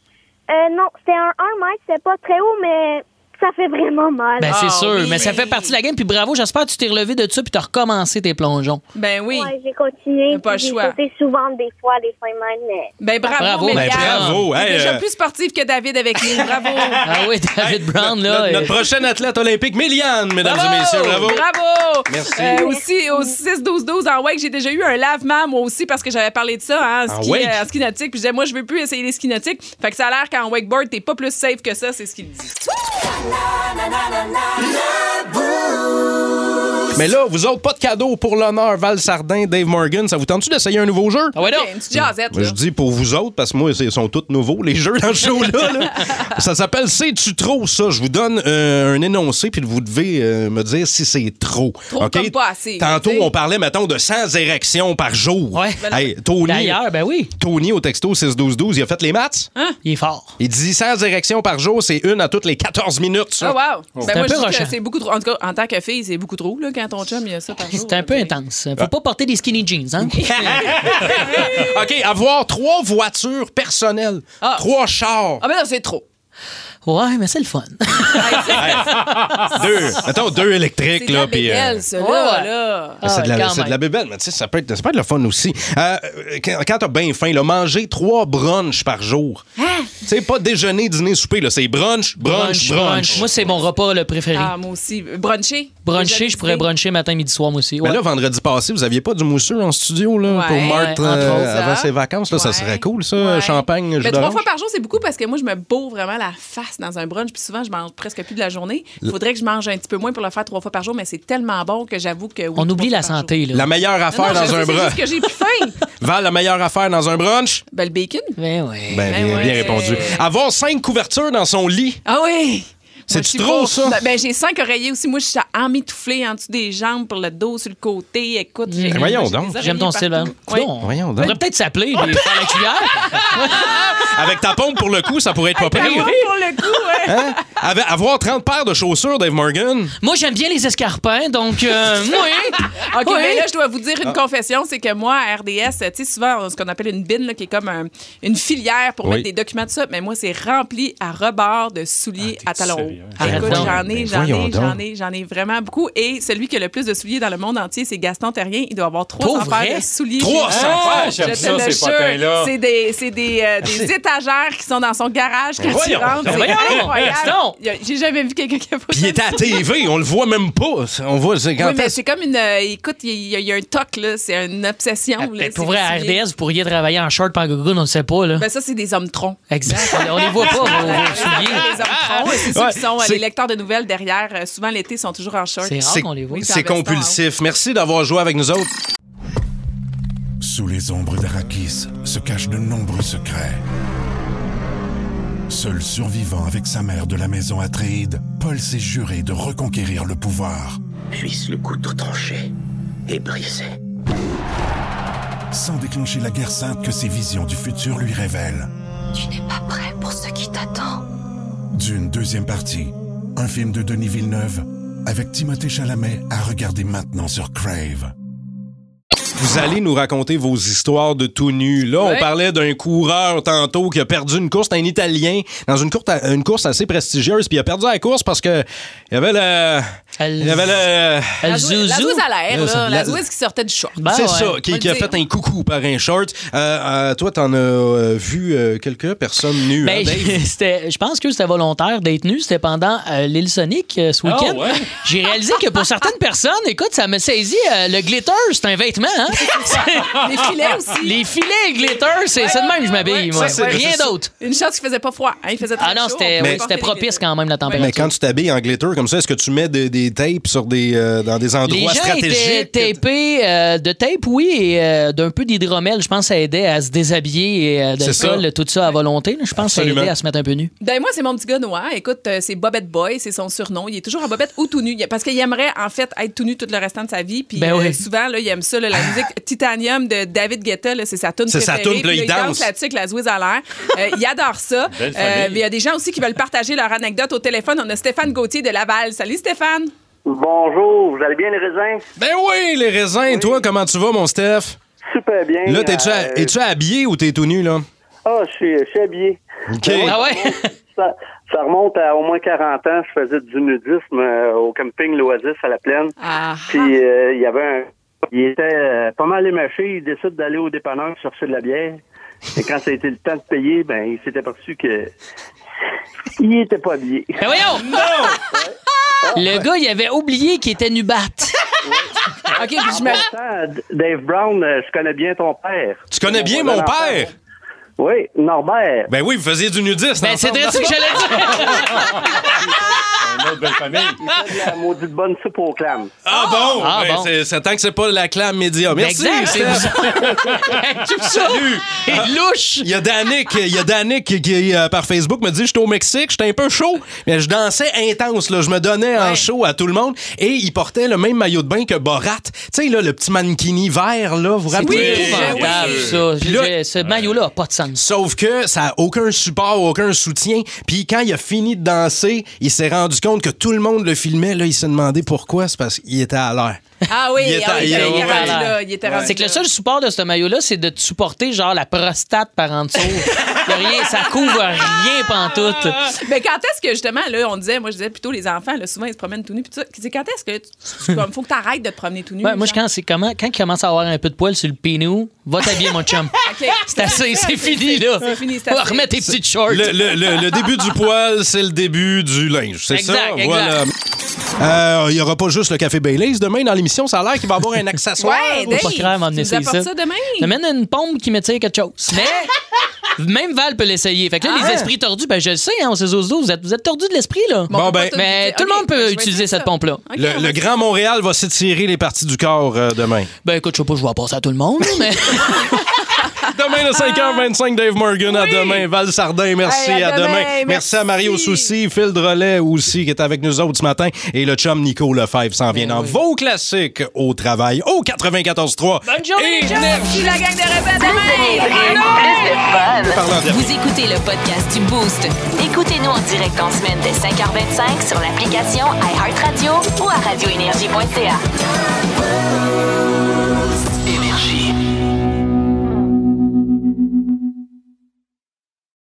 L: Euh, non, c'était un 1 mètre, c'était pas très haut, mais ça fait vraiment mal. Ah,
F: Ben,
D: Ah,
F: c'est sûr, mais ça fait partie de la game. Puis bravo, j'espère que tu t'es relevé de ça puis t'as recommencé tes plongeons.
E: Ben oui.
L: Ouais, j'ai continué.
E: pas le
L: puis J'ai
E: choix.
L: sauté souvent des fois les fins de semaine, mais.
E: Ben bravo,
F: Bravo,
E: Méliane.
F: ben, bravo.
E: T'es
D: Hey,
E: déjà
D: euh,
E: plus sportive que David avec nous. Bravo.
F: Ah oui, David Brown, là. euh,
D: Notre,
F: est-
D: notre prochaine athlète olympique, Méliane, mesdames et
F: Bravo!
D: messieurs, bravo.
E: Bravo!
D: Merci.
E: Euh, aussi, au 6-12-12 en wake, j'ai déjà eu un lavement, moi aussi, parce que j'avais parlé de ça, hein, en
D: En
E: ski,
D: wake?
E: euh, en ski nautique. Puis je disais, moi, je veux plus essayer les ski nautiques. Fait que ça a l'air qu'en wakeboard, t'es pas plus safe que ça, c'est ce qu'il dit.
D: Mais là, vous autres, pas de cadeau pour l'honneur, Val Sardin, Dave Morgan. Ça vous tente-tu d'essayer un nouveau jeu?
F: Ah ouais, non?
E: Une petite jasette, là.
D: Je dis pour vous autres, parce que moi, ils sont tous nouveaux, les jeux dans ce show-là. là. ça s'appelle C'est-tu trop, ça? Je vous donne euh, un énoncé, puis vous devez euh, me dire si c'est trop.
E: Trop
D: OK?
E: comme pas assez,
D: Tantôt,
E: tu sais. Ben
D: on parlait, mettons, de 100 érections par jour. Hey, Tony,
F: D'ailleurs, ben oui.
D: Tony, au texto 6-12-12, il a fait les maths.
F: Il est fort.
D: Il dit 100 érections par jour, c'est une à toutes les 14 minutes. ça.
E: Ah, wow!
F: C'est
E: Ben,
F: un
E: moi,
F: peu
E: je trouve que
F: rushant.
E: c'est beaucoup trop. En tout cas, en tant que fille, c'est beaucoup trop, là, quand ton chum, il y a ça par jour.
F: C'est un peu intense.
D: Ah.
F: Faut pas porter des skinny jeans, hein?
E: Ah
D: OK, avoir trois voitures personnelles, trois chars.
E: Ah, ben non, c'est trop.
F: Ouais, mais c'est le fun.
E: Ah.
D: deux, mettons deux électriques. là, puis, euh,
E: Elle, ça,
F: Ouais,
E: là,
F: ouais.
E: là.
D: Mais c'est de, la- c'est de la bébelle, mais tu sais, ça peut, être, ça peut être le fun aussi. Euh, quand quand t'as bien faim, là, manger trois brunchs par jour.
E: Hein?
D: Tu sais, pas déjeuner, dîner, souper, là, c'est brunch, brunch, brunch.
F: Moi, c'est mon repas le préféré.
E: Ah, moi aussi. Bruncher.
F: bruncher, je pourrais bruncher matin, midi, soir, moi aussi.
D: Mais
F: Ouais.
D: Ben là, vendredi passé, vous aviez pas du mousseux en studio là,
E: Ouais, hein.
D: pour Marthe
F: entre
D: euh,
F: autres.
D: avant ses vacances. Là, Ça serait cool, ça. euh, Champagne, jus
E: Mais trois
D: d'orange.
E: fois par jour, c'est beaucoup parce que moi, je me bourre vraiment la face dans un brunch. Puis souvent, je mange presque plus de la journée. Il
D: Le-
E: faudrait que je mange un petit peu moins pour le faire trois fois par jour, mais c'est tellement bon que j'avoue que. oui,
F: On
E: trois
F: oublie
E: fois
F: la
E: par jour.
F: santé. Là.
D: La meilleure affaire
E: Non, non, je
D: dans un
E: sais, c'est
D: brunch.
E: juste que Eh j'ai plus faim.
D: Val, la meilleure affaire dans un brunch?
E: Ben, le bacon.
F: Ben oui.
D: Ben, bien, bien répondu. Avoir cinq couvertures dans son lit.
E: Ah oui!
D: C'est
E: Moi, je suis
D: trop,
E: pour-
D: ça?
E: Ben, Ben, j'ai cinq oreillers aussi. Moi, je suis emmitouflée en dessous des jambes pour le dos sur le côté. Écoute, j'ai.
D: Ben, voyons
E: j'ai des
D: donc.
E: oreillers
F: J'aime ton style. hein?
E: partout. Oui.
F: Coudon,
D: Voyons
F: on
D: donc.
F: pourrait peut-être s'appeler et faire la cuillère.
D: Avec ta pompe pour le coup, ça pourrait être pas
E: Ben,
D: pire.
E: oui, pour le coup, ouais.
D: Hein? Avec- Avoir 30 paires de chaussures, Dave Morgan.
F: Moi, j'aime bien les escarpins, donc euh,
D: Ben
F: oui.
E: OK,
F: Oui.
E: mais là, je dois vous dire une confession, c'est que moi, à RDS, tu sais, souvent, on a ce qu'on appelle une bin, là, qui est comme un- une filière pour
D: Oui.
E: mettre des documents, tout ça, mais moi, c'est rempli à rebord de souliers à talons hauts. Ah,
F: Arrête
E: Écoute,
F: donc.
E: j'en ai,
D: Ben
E: j'en
D: voyons
E: ai, j'en
D: donc.
E: ai, j'en ai vraiment beaucoup. Et celui qui a le plus de souliers dans le monde entier, c'est Gaston Terrien. Il doit avoir 300
F: Pour vrai?
E: paires de souliers. Ah,
D: 300 paires?
E: Je
I: J'aime
E: te
I: ça,
E: le
I: ces
E: jure.
I: potins-là.
E: C'est des, c'est des, euh, des étagères qui sont dans son garage quand tu
D: Voyons
E: rentres.
D: donc.
E: C'est
F: Voyons donc.
E: incroyable.
F: Gaston.
E: Il y a- J'ai jamais vu quelqu'un qui a pas
D: Puis il était à TV, on le voit même pas. On voit, c'est quand
E: oui, mais
D: est-ce-
E: c'est comme une. euh, écoute, il y, a- il y a un toc, là. C'est une obsession. là,
F: Ben,
E: Ah, c'est
F: pour vrai, à
E: le soulier.
F: RDS, vous pourriez travailler en short, pas en gogoon, on ne sait pas. Là.
E: Ben, ça, c'est des hommes troncs.
F: exact. On les voit pas, vos, vos
E: Les
F: Oh, souliers.
E: hommes troncs, et c'est ceux
D: Ouais,
E: qui sont euh,
D: c'est-
E: les lecteurs de nouvelles derrière. euh, souvent, l'été, sont toujours en short.
F: C'est rare
D: C'est-
F: qu'on les voit.
E: Oui,
D: c'est
E: en restant,
D: compulsif. Merci d'avoir joué avec nous autres.
G: Sous les ombres d'Arakis se cachent de nombreux secrets. Seul survivant avec sa mère de la maison Atréide, Paul s'est juré de reconquérir le pouvoir,
H: Puisse le couteau tranché et brisé.
G: sans déclencher la guerre sainte que ses visions du futur lui révèlent.
M: Tu n'es pas prêt pour ce qui t'attend.
G: D'une deuxième partie, un film de Denis Villeneuve, avec Timothée Chalamet à regarder maintenant sur Crave.
D: Vous allez nous raconter vos histoires de tout nu. Là, on
E: Ouais.
D: parlait d'un coureur tantôt qui a perdu une course, un Italien, dans une course, une course assez prestigieuse, puis il a perdu la course parce que il y avait le, il y avait le,
F: Elle
E: La zou- la
F: zouzou.
E: zouze à l'air,
D: Là, ça-
E: là. La
D: la-
E: zouze qui sortait du short.
F: Ben
D: c'est
F: Ah, ouais.
D: ça,
E: Faut
D: qui,
E: le
D: qui a
E: dire.
D: fait un coucou par un short. Euh, euh, toi, t'en as euh, vu euh, quelques personnes nues, hein,
F: Ben,
D: Dave?
F: c'était- je pense que c'était volontaire d'être nu. C'était pendant euh, l'île Sonic euh, ce week-end.
I: Ah ouais?
F: J'ai réalisé que pour certaines personnes, écoute, ça me saisit. euh, le glitter, c'est un vêtement. Hein?
E: Les filets aussi.
F: Ah, Les filets glitter, c'est c'est de même que je m'habille.
E: ouais,
F: moi.
E: ça, c'est-
F: Rien d'autre.
E: Une chance qu'il faisait pas froid. hein, il faisait très
F: Ah non,
E: chaud,
F: c'était
E: on
F: oui,
E: pouvait
F: c'était
E: porter des
F: propice
E: vêtements.
F: quand même la température.
D: Mais quand tu t'habilles en glitter comme ça, est-ce que tu mets des, des tapes sur des, euh, dans des
F: Les
D: endroits
F: gens étaient
D: stratégiques?
F: tapés euh, de tape, oui, et euh, d'un peu d'hydromel. Je pense que ça aidait à se déshabiller et euh,
D: C'est
F: d'alcool,
D: ça.
F: tout ça à volonté. là. Je pense que ça
D: Absolument.
F: aidait à se mettre un peu nu.
E: Ben moi, c'est mon petit gars Noah. Écoute, euh, c'est Bobette Boy, c'est son surnom. Il est toujours en Bobette ou tout nu. Il- Parce qu'il aimerait, en fait, être tout nu tout le restant de sa vie. Puis
F: Ben
E: euh,
F: oui.
E: souvent, là, il aime ça, là, la musique Titanium de David Guetta. là, C'est sa tune
D: C'est sa
E: préférée.
D: tune, puis là, il danse.
E: là-dessus avec la zouise à l'air. Euh, il adore ça.
I: Belle
E: Euh,
I: famille.
E: mais il y a des gens aussi qui veulent partager leur anecdote au téléphone. On a Stéphane Gauthier de Laval. Salut, Stéphane.
N: Bonjour, vous allez bien les raisins?
D: Ben oui, les raisins. Toi, comment tu vas, mon Steph?
N: Super bien.
D: Là, t'es-tu
N: Euh,
D: à- es-tu habillé ou t'es tout nu, là?
N: Ah, je suis- je suis habillé. Euh,
D: OK.
F: Ah ouais?
N: Ça, ça remonte à au moins 40 ans. Je faisais du nudisme euh, au camping L'Oasis à la plaine.
E: Ah,
N: Puis euh, il y avait un. Il était euh, pas mal émaché. Il décide d'aller au dépanneur chercher de la bière. Et quand ça a été le temps de payer, ben il s'est aperçu que. Il était pas habillé.
F: Ben voyons! Le gars, il avait oublié qu'il était nubat.
E: OK, puis je
N: En
E: me...
N: même temps, Dave Brown, euh, je connais bien ton père.
D: Tu connais bien
N: Voilà
D: mon
N: l'enfant.
D: père?
N: Oui, Norbert.
D: Ben oui, vous faisiez du nudisme.
F: Ben, c'est
D: ensemble.
F: vrai ça que j'allais dire.
I: une autre belle famille.
N: Il fait de la maudite bonne soupe aux clames.
D: Ah bon?
N: Ah,
D: Ben,
N: bon.
D: c'est- c'est tant que c'est pas la clame média. Merci,
N: Exact.
D: Steph.
F: Tout ça.
D: Salut. Ah, Il y a Danick, il y a Danick qui, qui, euh, par Facebook me dit j'étais au Mexique, j'étais un peu chaud, mais je dansais intense là, je me donnais en show à tout le monde et il portait le même maillot de bain que Borat. Tu sais là le petit mannequini vert là, vous vous
F: C'est
D: rappelez
F: épouvantable, ça.
D: Puis
F: Je-
D: là-
F: je- ce maillot-là a pas de sens.
D: Sauf que ça a aucun support, aucun soutien. Puis quand il a fini de danser, il s'est rendu compte que tout le monde le filmait. Là, il s'est demandé pourquoi. C'est parce qu'il était à l'heure.
E: Ah oui,
D: Il était-
E: ah oui,
D: il
E: il était
D: était-
E: rendu là. Il était rendu
F: C'est que le
E: là.
F: seul support de ce maillot-là, c'est de te supporter genre la prostate par en dessous. Y a rien, ça couvre rien pantoute.
E: Mais quand est-ce que justement, là, on disait, moi je disais plutôt les enfants, là, souvent ils se promènent tout nus. Puis tout ça. C'est quand est-ce que tu, tu- comme, faut que tu arrêtes de te promener tout nu?
F: Ouais, moi, je, quand, c'est comment, quand il commence à avoir un peu de poils sur le pénou, va t'habiller, mon chum.
E: OK.
F: C'est assez, c'est fini, là.
E: C'est fini, c'est
F: On va
E: assez.
F: remettre tes petites shorts.
D: Le, le- le- le début du poil, c'est le début du linge. C'est ça?
F: Exact, exact.
D: Voilà. Euh, Il n'y aura pas juste le café Baileys. Demain, dans l'émission, ça a l'air qu'il va y avoir un accessoire.
F: Ouais, Dave, Pas grave, m'emmener tu nous ça apportes ici. ça
E: demain?
F: J'amène une pompe qui me tire quelque chose. Mais même Val peut l'essayer. Fait que là,
E: Ah.
F: les esprits tordus, ben je le sais, hein, on s'est os vous êtes, vous êtes tordus de l'esprit, là.
D: Bon, ben-
F: mais tout le monde peut utiliser cette pompe-là.
D: le, le Grand Montréal va s'étirer les parties du corps euh, demain.
F: Ben écoute, je sais pas, je vais passer à tout le monde, mais.
D: demain, le 5h25, Dave Morgan. À demain. Val Sardin, merci.
F: Hey, à
D: à demain.
F: demain.
D: Merci, à Mario Soucy, Phil Drolet aussi, qui est avec nous autres ce matin. Et le chum Nico Lefebvre s'en vient dans vos classiques au travail au 94.3.
B: Bonne journée,
D: Et
B: Joe.
D: neuf.
B: la gang de rebelles
A: Plus de rire,
D: On parle en dernier.
A: Vous écoutez le podcast du Boost. Écoutez-nous en direct en semaine dès 5h25 sur l'application iHeartRadio ou à radioénergie.ca.